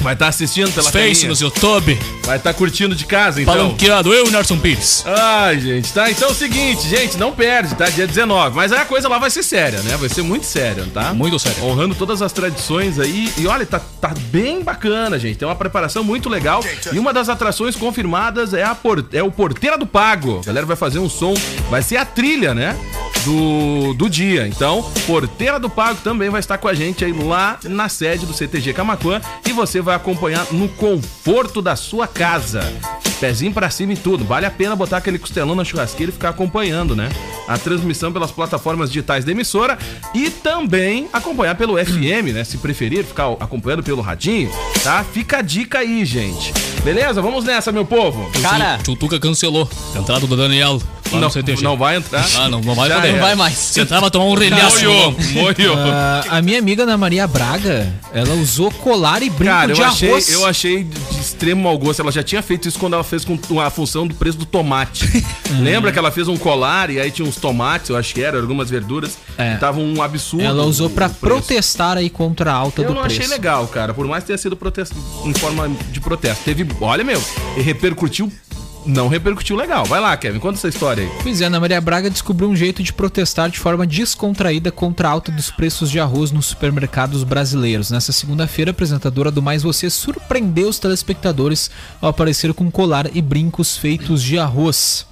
[SPEAKER 1] Vai estar assistindo pela
[SPEAKER 6] nos Face,
[SPEAKER 1] telinha. Então.
[SPEAKER 6] nos YouTube,
[SPEAKER 1] Vai estar curtindo de casa, então.
[SPEAKER 6] palanqueado, eu e Nelson Pires.
[SPEAKER 1] Ai, gente, tá? Então é o seguinte, gente, não perde, tá? Dia 19. Mas aí a coisa lá vai ser séria, né? Vai ser muito séria, tá?
[SPEAKER 6] Muito sério.
[SPEAKER 1] Honrando todas as tradições aí. E olha, tá, tá bem bacana, gente. Tem uma preparação muito legal. E uma das atrações confirmadas é, a por- é o Porteira do Pago. A galera vai fazer um som, vai ser a trilha, né? Do, do dia. Então, Porteira do Pago também vai estar com a gente aí lá na sede do CTG Camacuã. E você vai acompanhar no conforto da sua casa. Pezinho pra cima e tudo. Vale a pena botar aquele costelão na churrasqueira e ficar acompanhando, né? A transmissão pelas plataformas digitais da emissora e também acompanhar pelo FM, né? Se preferir, ficar acompanhando pelo radinho, tá? Fica a dica aí, gente. Beleza? Vamos nessa, meu povo.
[SPEAKER 4] Cara,
[SPEAKER 6] Tutuca cancelou. Entrada do Daniel. Lá no
[SPEAKER 1] Não,
[SPEAKER 6] CTG.
[SPEAKER 1] não vai entrar.
[SPEAKER 6] Ah, não, não vai
[SPEAKER 1] Já
[SPEAKER 6] poder.
[SPEAKER 1] era. Não vai
[SPEAKER 6] mais. Você tava tomando um relhaço.
[SPEAKER 1] Moiou,
[SPEAKER 6] irmão.
[SPEAKER 1] moiou.
[SPEAKER 5] Ah, a minha amiga Ana Maria Braga, ela usou colar e brinco
[SPEAKER 1] Cara,
[SPEAKER 5] de
[SPEAKER 1] eu achei,
[SPEAKER 5] arroz.
[SPEAKER 1] eu achei de extremo mau gosto. Ela já tinha feito isso quando ela fez com a função do preço do
[SPEAKER 5] [laughs]
[SPEAKER 1] tomate. Lembra que ela fez um colar e aí tinha uns tomates, eu acho que era, algumas verduras.
[SPEAKER 5] É.
[SPEAKER 1] que Tava um absurdo.
[SPEAKER 5] Ela usou
[SPEAKER 1] o
[SPEAKER 5] pra
[SPEAKER 1] preço.
[SPEAKER 5] protestar aí contra a alta
[SPEAKER 1] Eu
[SPEAKER 5] do
[SPEAKER 1] não
[SPEAKER 5] preço.
[SPEAKER 1] achei legal, cara. Por mais que tenha sido protesto, em forma de protesto. Teve. Olha, meu, e repercutiu. Não repercutiu legal. Vai lá, Kevin, conta essa história aí.
[SPEAKER 5] Pois é, Ana Maria Braga descobriu um jeito de protestar de forma descontraída contra a alta dos preços de arroz nos supermercados brasileiros. Nessa segunda-feira, a apresentadora do Mais Você surpreendeu os telespectadores ao aparecer com um colar e brincos feitos de arroz.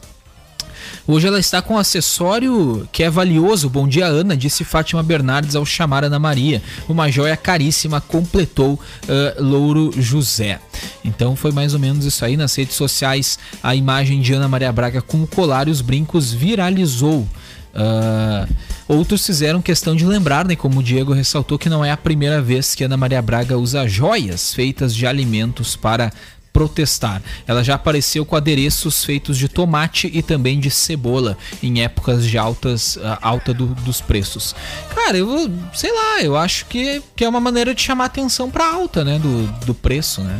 [SPEAKER 5] Hoje ela está com um acessório que é valioso. Bom dia, Ana, disse Fátima Bernardes ao chamar Ana Maria. Uma joia caríssima, completou ah, Louro José. Então foi mais ou menos isso aí. Nas redes sociais, a imagem de Ana Maria Braga com o colar e os brincos viralizou. Ah, outros fizeram questão de lembrar, né, como o Diego ressaltou, que não é a primeira vez que Ana Maria Braga usa joias feitas de alimentos para protestar. Ela já apareceu com adereços feitos de tomate e também de cebola em épocas de altas ah, alta do- dos preços. Cara, eu vou- sei lá, eu acho que, que é uma maneira de chamar atenção para alta, né, do, do preço, né?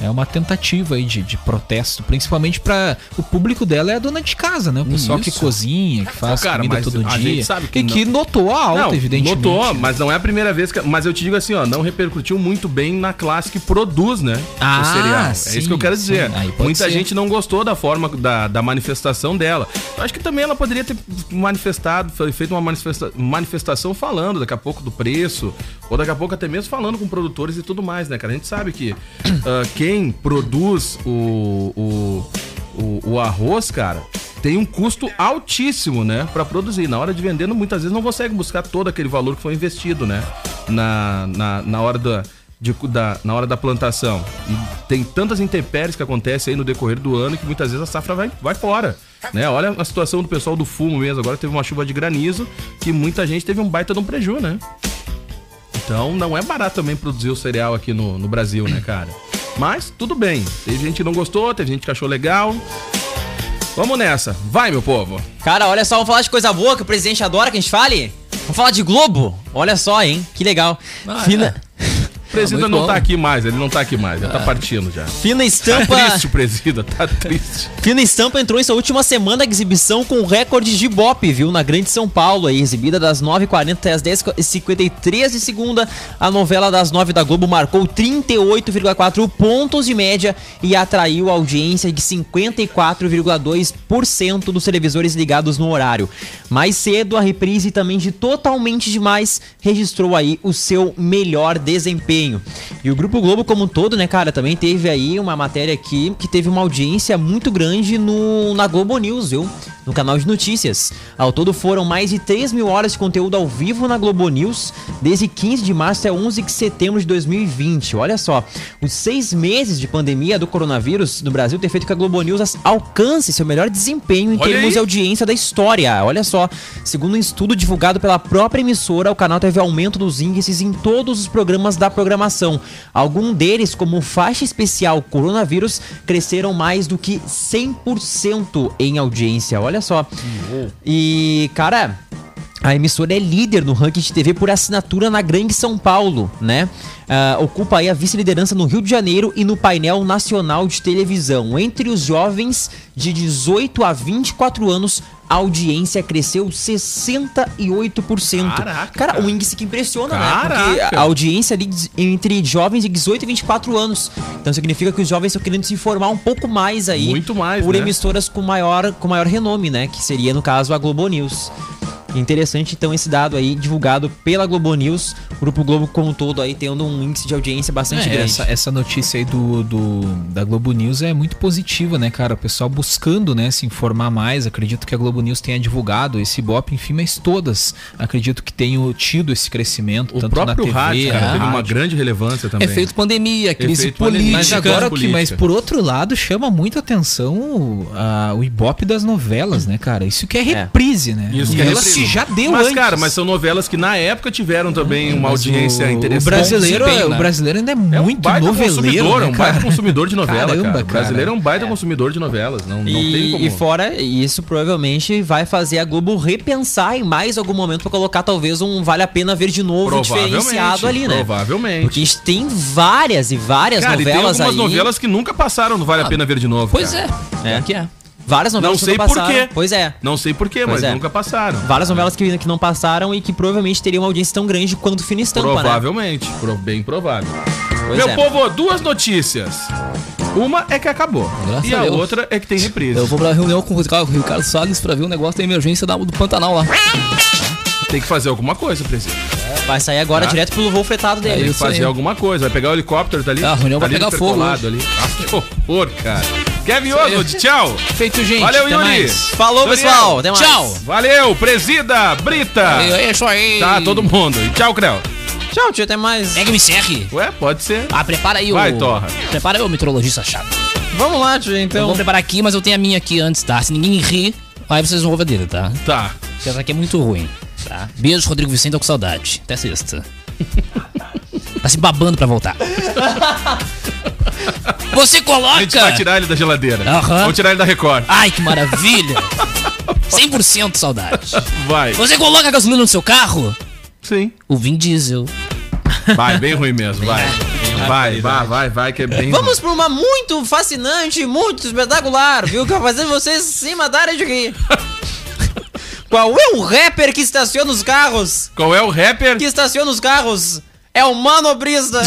[SPEAKER 12] É uma tentativa aí de, de protesto, principalmente para o público dela é a dona de casa, né? O pessoal que
[SPEAKER 1] Isso.
[SPEAKER 12] cozinha, que faz
[SPEAKER 1] cara,
[SPEAKER 12] comida
[SPEAKER 1] mas
[SPEAKER 12] todo
[SPEAKER 1] a
[SPEAKER 12] dia.
[SPEAKER 1] gente sabe que
[SPEAKER 12] e que notou a alta,
[SPEAKER 1] não,
[SPEAKER 12] evidentemente.
[SPEAKER 1] Notou, mas não é a primeira vez que. Mas eu te digo assim, ó, não repercutiu muito bem na classe que produz, né?
[SPEAKER 12] Ah,
[SPEAKER 1] é
[SPEAKER 12] sim,
[SPEAKER 1] isso que eu quero
[SPEAKER 12] sim.
[SPEAKER 1] dizer.
[SPEAKER 12] Aí pode
[SPEAKER 1] Muita
[SPEAKER 12] ser.
[SPEAKER 1] gente não gostou da forma da, da manifestação dela. Eu acho que também ela poderia ter manifestado, fe- feito uma manifesta- manifestação falando daqui a pouco do preço, ou daqui a pouco até mesmo falando com produtores e tudo mais, né, cara? A gente sabe que ah, quem produz o- o o, o arroz, cara, tem um custo altíssimo, né? Pra produzir. Na hora de vender, não- muitas vezes não consegue buscar todo aquele valor que foi investido, né? Na, na, na hora da. de cu- da, na hora da plantação. E tem tantas intempéries que acontecem aí no decorrer do ano que muitas vezes a safra vai, vai fora. Né? Olha a situação do pessoal do fumo mesmo. Agora teve uma chuva de granizo que muita gente teve um baita de um preju, né? Então não é barato também produzir o cereal aqui no, no Brasil, né, cara? Mas tudo bem. Teve gente que não gostou, teve gente que achou legal. Vamos nessa. Vai, meu povo.
[SPEAKER 5] Cara, olha só, vamos falar de coisa boa que o presidente adora que a gente fale? Vamos falar de Globo? Olha só, hein? Que legal.
[SPEAKER 1] Ah,
[SPEAKER 5] Fina,
[SPEAKER 1] é.
[SPEAKER 12] Ah,
[SPEAKER 1] O Presida
[SPEAKER 6] muito
[SPEAKER 1] não
[SPEAKER 6] bom.
[SPEAKER 1] tá aqui mais, ele não tá aqui mais, já tá partindo já.
[SPEAKER 5] fina
[SPEAKER 1] [laughs]
[SPEAKER 5] estampa.
[SPEAKER 1] Tá triste o Presida, tá triste.
[SPEAKER 5] Fina Estampa entrou em sua última semana de exibição com recorde de Ibope, viu? Na Grande São Paulo, aí, exibida das 9h40 até as 10h53 de segunda. A novela das 9 da Globo marcou 38,4 pontos de média e atraiu audiência de 54,2% dos televisores ligados no horário. Mais cedo, a reprise também de Totalmente Demais registrou aí o seu melhor desempenho. E o Grupo Globo como um todo, né, cara, também teve aí uma matéria aqui que teve uma audiência muito grande no, na Globo News, viu? No canal de notícias. Ao todo foram mais de 3 mil horas de conteúdo ao vivo na Globo News desde 15 de março até 11 de setembro de 2020. Olha só, os seis meses de pandemia do coronavírus no Brasil ter feito com que a Globo News as- alcance seu melhor desempenho em
[SPEAKER 1] Olha
[SPEAKER 5] termos
[SPEAKER 1] aí.
[SPEAKER 5] de de é audiência da história. Olha só, segundo um estudo divulgado pela própria emissora, o canal teve aumento dos índices em todos os programas da programação. Alguns deles, como faixa especial coronavírus, cresceram mais do que 100% em audiência. Olha só. E, cara, a emissora é líder no ranking de TV por assinatura na Grande São Paulo, né? Ah, ocupa aí a vice-liderança no Rio de Janeiro e no painel nacional de televisão. Entre os jovens de 18 a 24 anos, a audiência cresceu 68%.
[SPEAKER 1] Caraca,
[SPEAKER 5] cara,
[SPEAKER 1] cara.
[SPEAKER 5] um índice que impressiona, né? Porque
[SPEAKER 1] Caraca.
[SPEAKER 5] a audiência ali de- entre jovens de 18 e 24 anos. Então significa que os jovens estão querendo se informar um pouco mais aí.
[SPEAKER 1] Muito mais,
[SPEAKER 5] Por
[SPEAKER 1] né?
[SPEAKER 5] emissoras com maior, com maior renome, né? Que seria, no caso, a Globo News. Interessante, então, esse dado aí, divulgado pela Globo News, Grupo Globo como um todo aí, tendo um índice de audiência bastante
[SPEAKER 12] É,
[SPEAKER 5] grande.
[SPEAKER 12] essa, essa notícia aí do, do- da Globo News é muito positiva, né, cara? O pessoal buscando, né, se informar mais. Acredito que a Globo News tenha divulgado esse Ibope, enfim, mas todas acredito que tenham tido esse crescimento,
[SPEAKER 1] O
[SPEAKER 12] tanto na né?
[SPEAKER 1] próprio
[SPEAKER 12] TV,
[SPEAKER 1] rádio,
[SPEAKER 12] na
[SPEAKER 1] cara, teve uma
[SPEAKER 12] rádio.
[SPEAKER 1] grande relevância
[SPEAKER 12] É
[SPEAKER 1] também.
[SPEAKER 6] Efeito É pandemia, crise
[SPEAKER 1] Efeito pandemia.
[SPEAKER 6] política.
[SPEAKER 12] Mas
[SPEAKER 1] política.
[SPEAKER 12] agora o que,
[SPEAKER 1] Política.
[SPEAKER 12] mas por outro lado, chama muito atenção o- a- o Ibope das novelas, né, cara? Isso que é reprise, né?
[SPEAKER 1] Isso que é
[SPEAKER 12] Novelas
[SPEAKER 1] reprise.
[SPEAKER 12] que já deu
[SPEAKER 1] mas,
[SPEAKER 12] antes.
[SPEAKER 1] cara, mas são novelas que na época tiveram também uma
[SPEAKER 12] Ah, Mas
[SPEAKER 1] audiência
[SPEAKER 12] o,
[SPEAKER 1] interessante.
[SPEAKER 12] O brasileiro,
[SPEAKER 6] Bom desempenho,
[SPEAKER 12] o
[SPEAKER 6] né?
[SPEAKER 12] brasileiro ainda é
[SPEAKER 1] É um
[SPEAKER 12] muito
[SPEAKER 1] baita
[SPEAKER 12] noveleiro,
[SPEAKER 1] consumidor,
[SPEAKER 12] né,
[SPEAKER 1] é um baita
[SPEAKER 12] cara?
[SPEAKER 1] consumidor de novela,
[SPEAKER 12] Caramba,
[SPEAKER 1] cara. O
[SPEAKER 12] cara.
[SPEAKER 1] brasileiro é um baita consumidor de novelas, não, não tem como...
[SPEAKER 5] E, e fora isso, provavelmente vai fazer a Globo repensar em mais algum momento pra colocar talvez um vale a pena ver de novo
[SPEAKER 1] Provavelmente,
[SPEAKER 5] diferenciado ali, né?
[SPEAKER 1] provavelmente.
[SPEAKER 5] Porque a gente tem várias e várias
[SPEAKER 1] Cara, e tem
[SPEAKER 5] novelas
[SPEAKER 1] algumas
[SPEAKER 5] aí.
[SPEAKER 1] novelas que nunca passaram, não vale a pena ver de novo,
[SPEAKER 6] Ah, Pois
[SPEAKER 1] cara.
[SPEAKER 6] é.
[SPEAKER 5] É.
[SPEAKER 6] que é.
[SPEAKER 5] Várias novelas
[SPEAKER 1] Não
[SPEAKER 5] que
[SPEAKER 1] sei
[SPEAKER 5] não
[SPEAKER 1] por
[SPEAKER 5] passaram.
[SPEAKER 1] quê.
[SPEAKER 5] Pois é.
[SPEAKER 1] Não sei porquê, mas
[SPEAKER 5] Pois é.
[SPEAKER 1] nunca passaram.
[SPEAKER 5] Várias novelas que, que não passaram e que provavelmente teriam uma audiência tão grande quanto Fina Estampa, né?
[SPEAKER 1] Provavelmente, pro- bem provável.
[SPEAKER 5] Pois
[SPEAKER 1] Meu
[SPEAKER 5] é.
[SPEAKER 1] povo, duas notícias. Uma é que acabou.
[SPEAKER 6] Graças
[SPEAKER 1] e a
[SPEAKER 6] a Deus.
[SPEAKER 1] outra é que tem reprise.
[SPEAKER 6] Eu vou pra reunião com o Ricardo- Ricardo Salles pra ver o negócio da emergência da- do Pantanal lá.
[SPEAKER 1] Tem que fazer alguma coisa, presidente.
[SPEAKER 5] Vai sair agora
[SPEAKER 1] Ah.
[SPEAKER 5] direto pelo voo fretado
[SPEAKER 6] É
[SPEAKER 5] dele.
[SPEAKER 1] Tem que
[SPEAKER 6] isso
[SPEAKER 1] fazer
[SPEAKER 6] aí.
[SPEAKER 1] alguma coisa. Vai pegar o helicóptero, tá ali?
[SPEAKER 6] Ah, a reunião
[SPEAKER 1] tá
[SPEAKER 6] vai
[SPEAKER 1] ali
[SPEAKER 6] pegar
[SPEAKER 1] no
[SPEAKER 6] fogo
[SPEAKER 1] percolado ali. Ah, que horror, cara. Kevin Oswald, tchau.
[SPEAKER 12] Feito, gente.
[SPEAKER 1] Valeu,
[SPEAKER 12] até
[SPEAKER 1] Yuri.
[SPEAKER 12] mais.
[SPEAKER 5] Falou,
[SPEAKER 1] Daniel,
[SPEAKER 5] pessoal. Até mais.
[SPEAKER 6] Tchau.
[SPEAKER 1] Valeu, presida, Brita.
[SPEAKER 6] É isso aí.
[SPEAKER 1] Tá, todo mundo. E tchau, Creu.
[SPEAKER 5] Tchau, tio. Até mais.
[SPEAKER 6] Pega o encerre.
[SPEAKER 1] Ué, pode ser.
[SPEAKER 6] Ah, prepara aí
[SPEAKER 1] Vai,
[SPEAKER 6] o...
[SPEAKER 1] Torra.
[SPEAKER 6] Prepara aí o meteorologista chato.
[SPEAKER 5] Vamos lá, tio.
[SPEAKER 6] Eu
[SPEAKER 5] Então.
[SPEAKER 6] vou preparar aqui, mas eu tenho a minha aqui antes, tá? Se ninguém rir, aí vocês vão ouvir dele, tá?
[SPEAKER 1] Tá.
[SPEAKER 6] Porque essa aqui é muito ruim, tá? Beijo, Rodrigo Vicente, tô com saudade.
[SPEAKER 1] [laughs]
[SPEAKER 6] Até sexta. tá se babando pra voltar. Você
[SPEAKER 1] A gente vai
[SPEAKER 6] coloca...
[SPEAKER 1] tirar ele da geladeira.
[SPEAKER 6] Aham.
[SPEAKER 1] Vamos tirar ele da Record.
[SPEAKER 6] Ai,
[SPEAKER 1] [laughs]
[SPEAKER 6] que maravilha. 100% saudade.
[SPEAKER 1] Vai.
[SPEAKER 6] Você coloca gasolina no seu carro?
[SPEAKER 1] Sim.
[SPEAKER 6] O Vin Diesel.
[SPEAKER 1] Vai, bem ruim mesmo, vai. Vai, vai, vai, vai, que é bem.
[SPEAKER 4] Vamos pra uma muito fascinante, muito espetacular, viu? Que vai fazer vocês se matarem de rir. Qual é o rapper que estaciona os carros?
[SPEAKER 1] Qual é o rapper?
[SPEAKER 4] Que estaciona os carros? É o manobrista.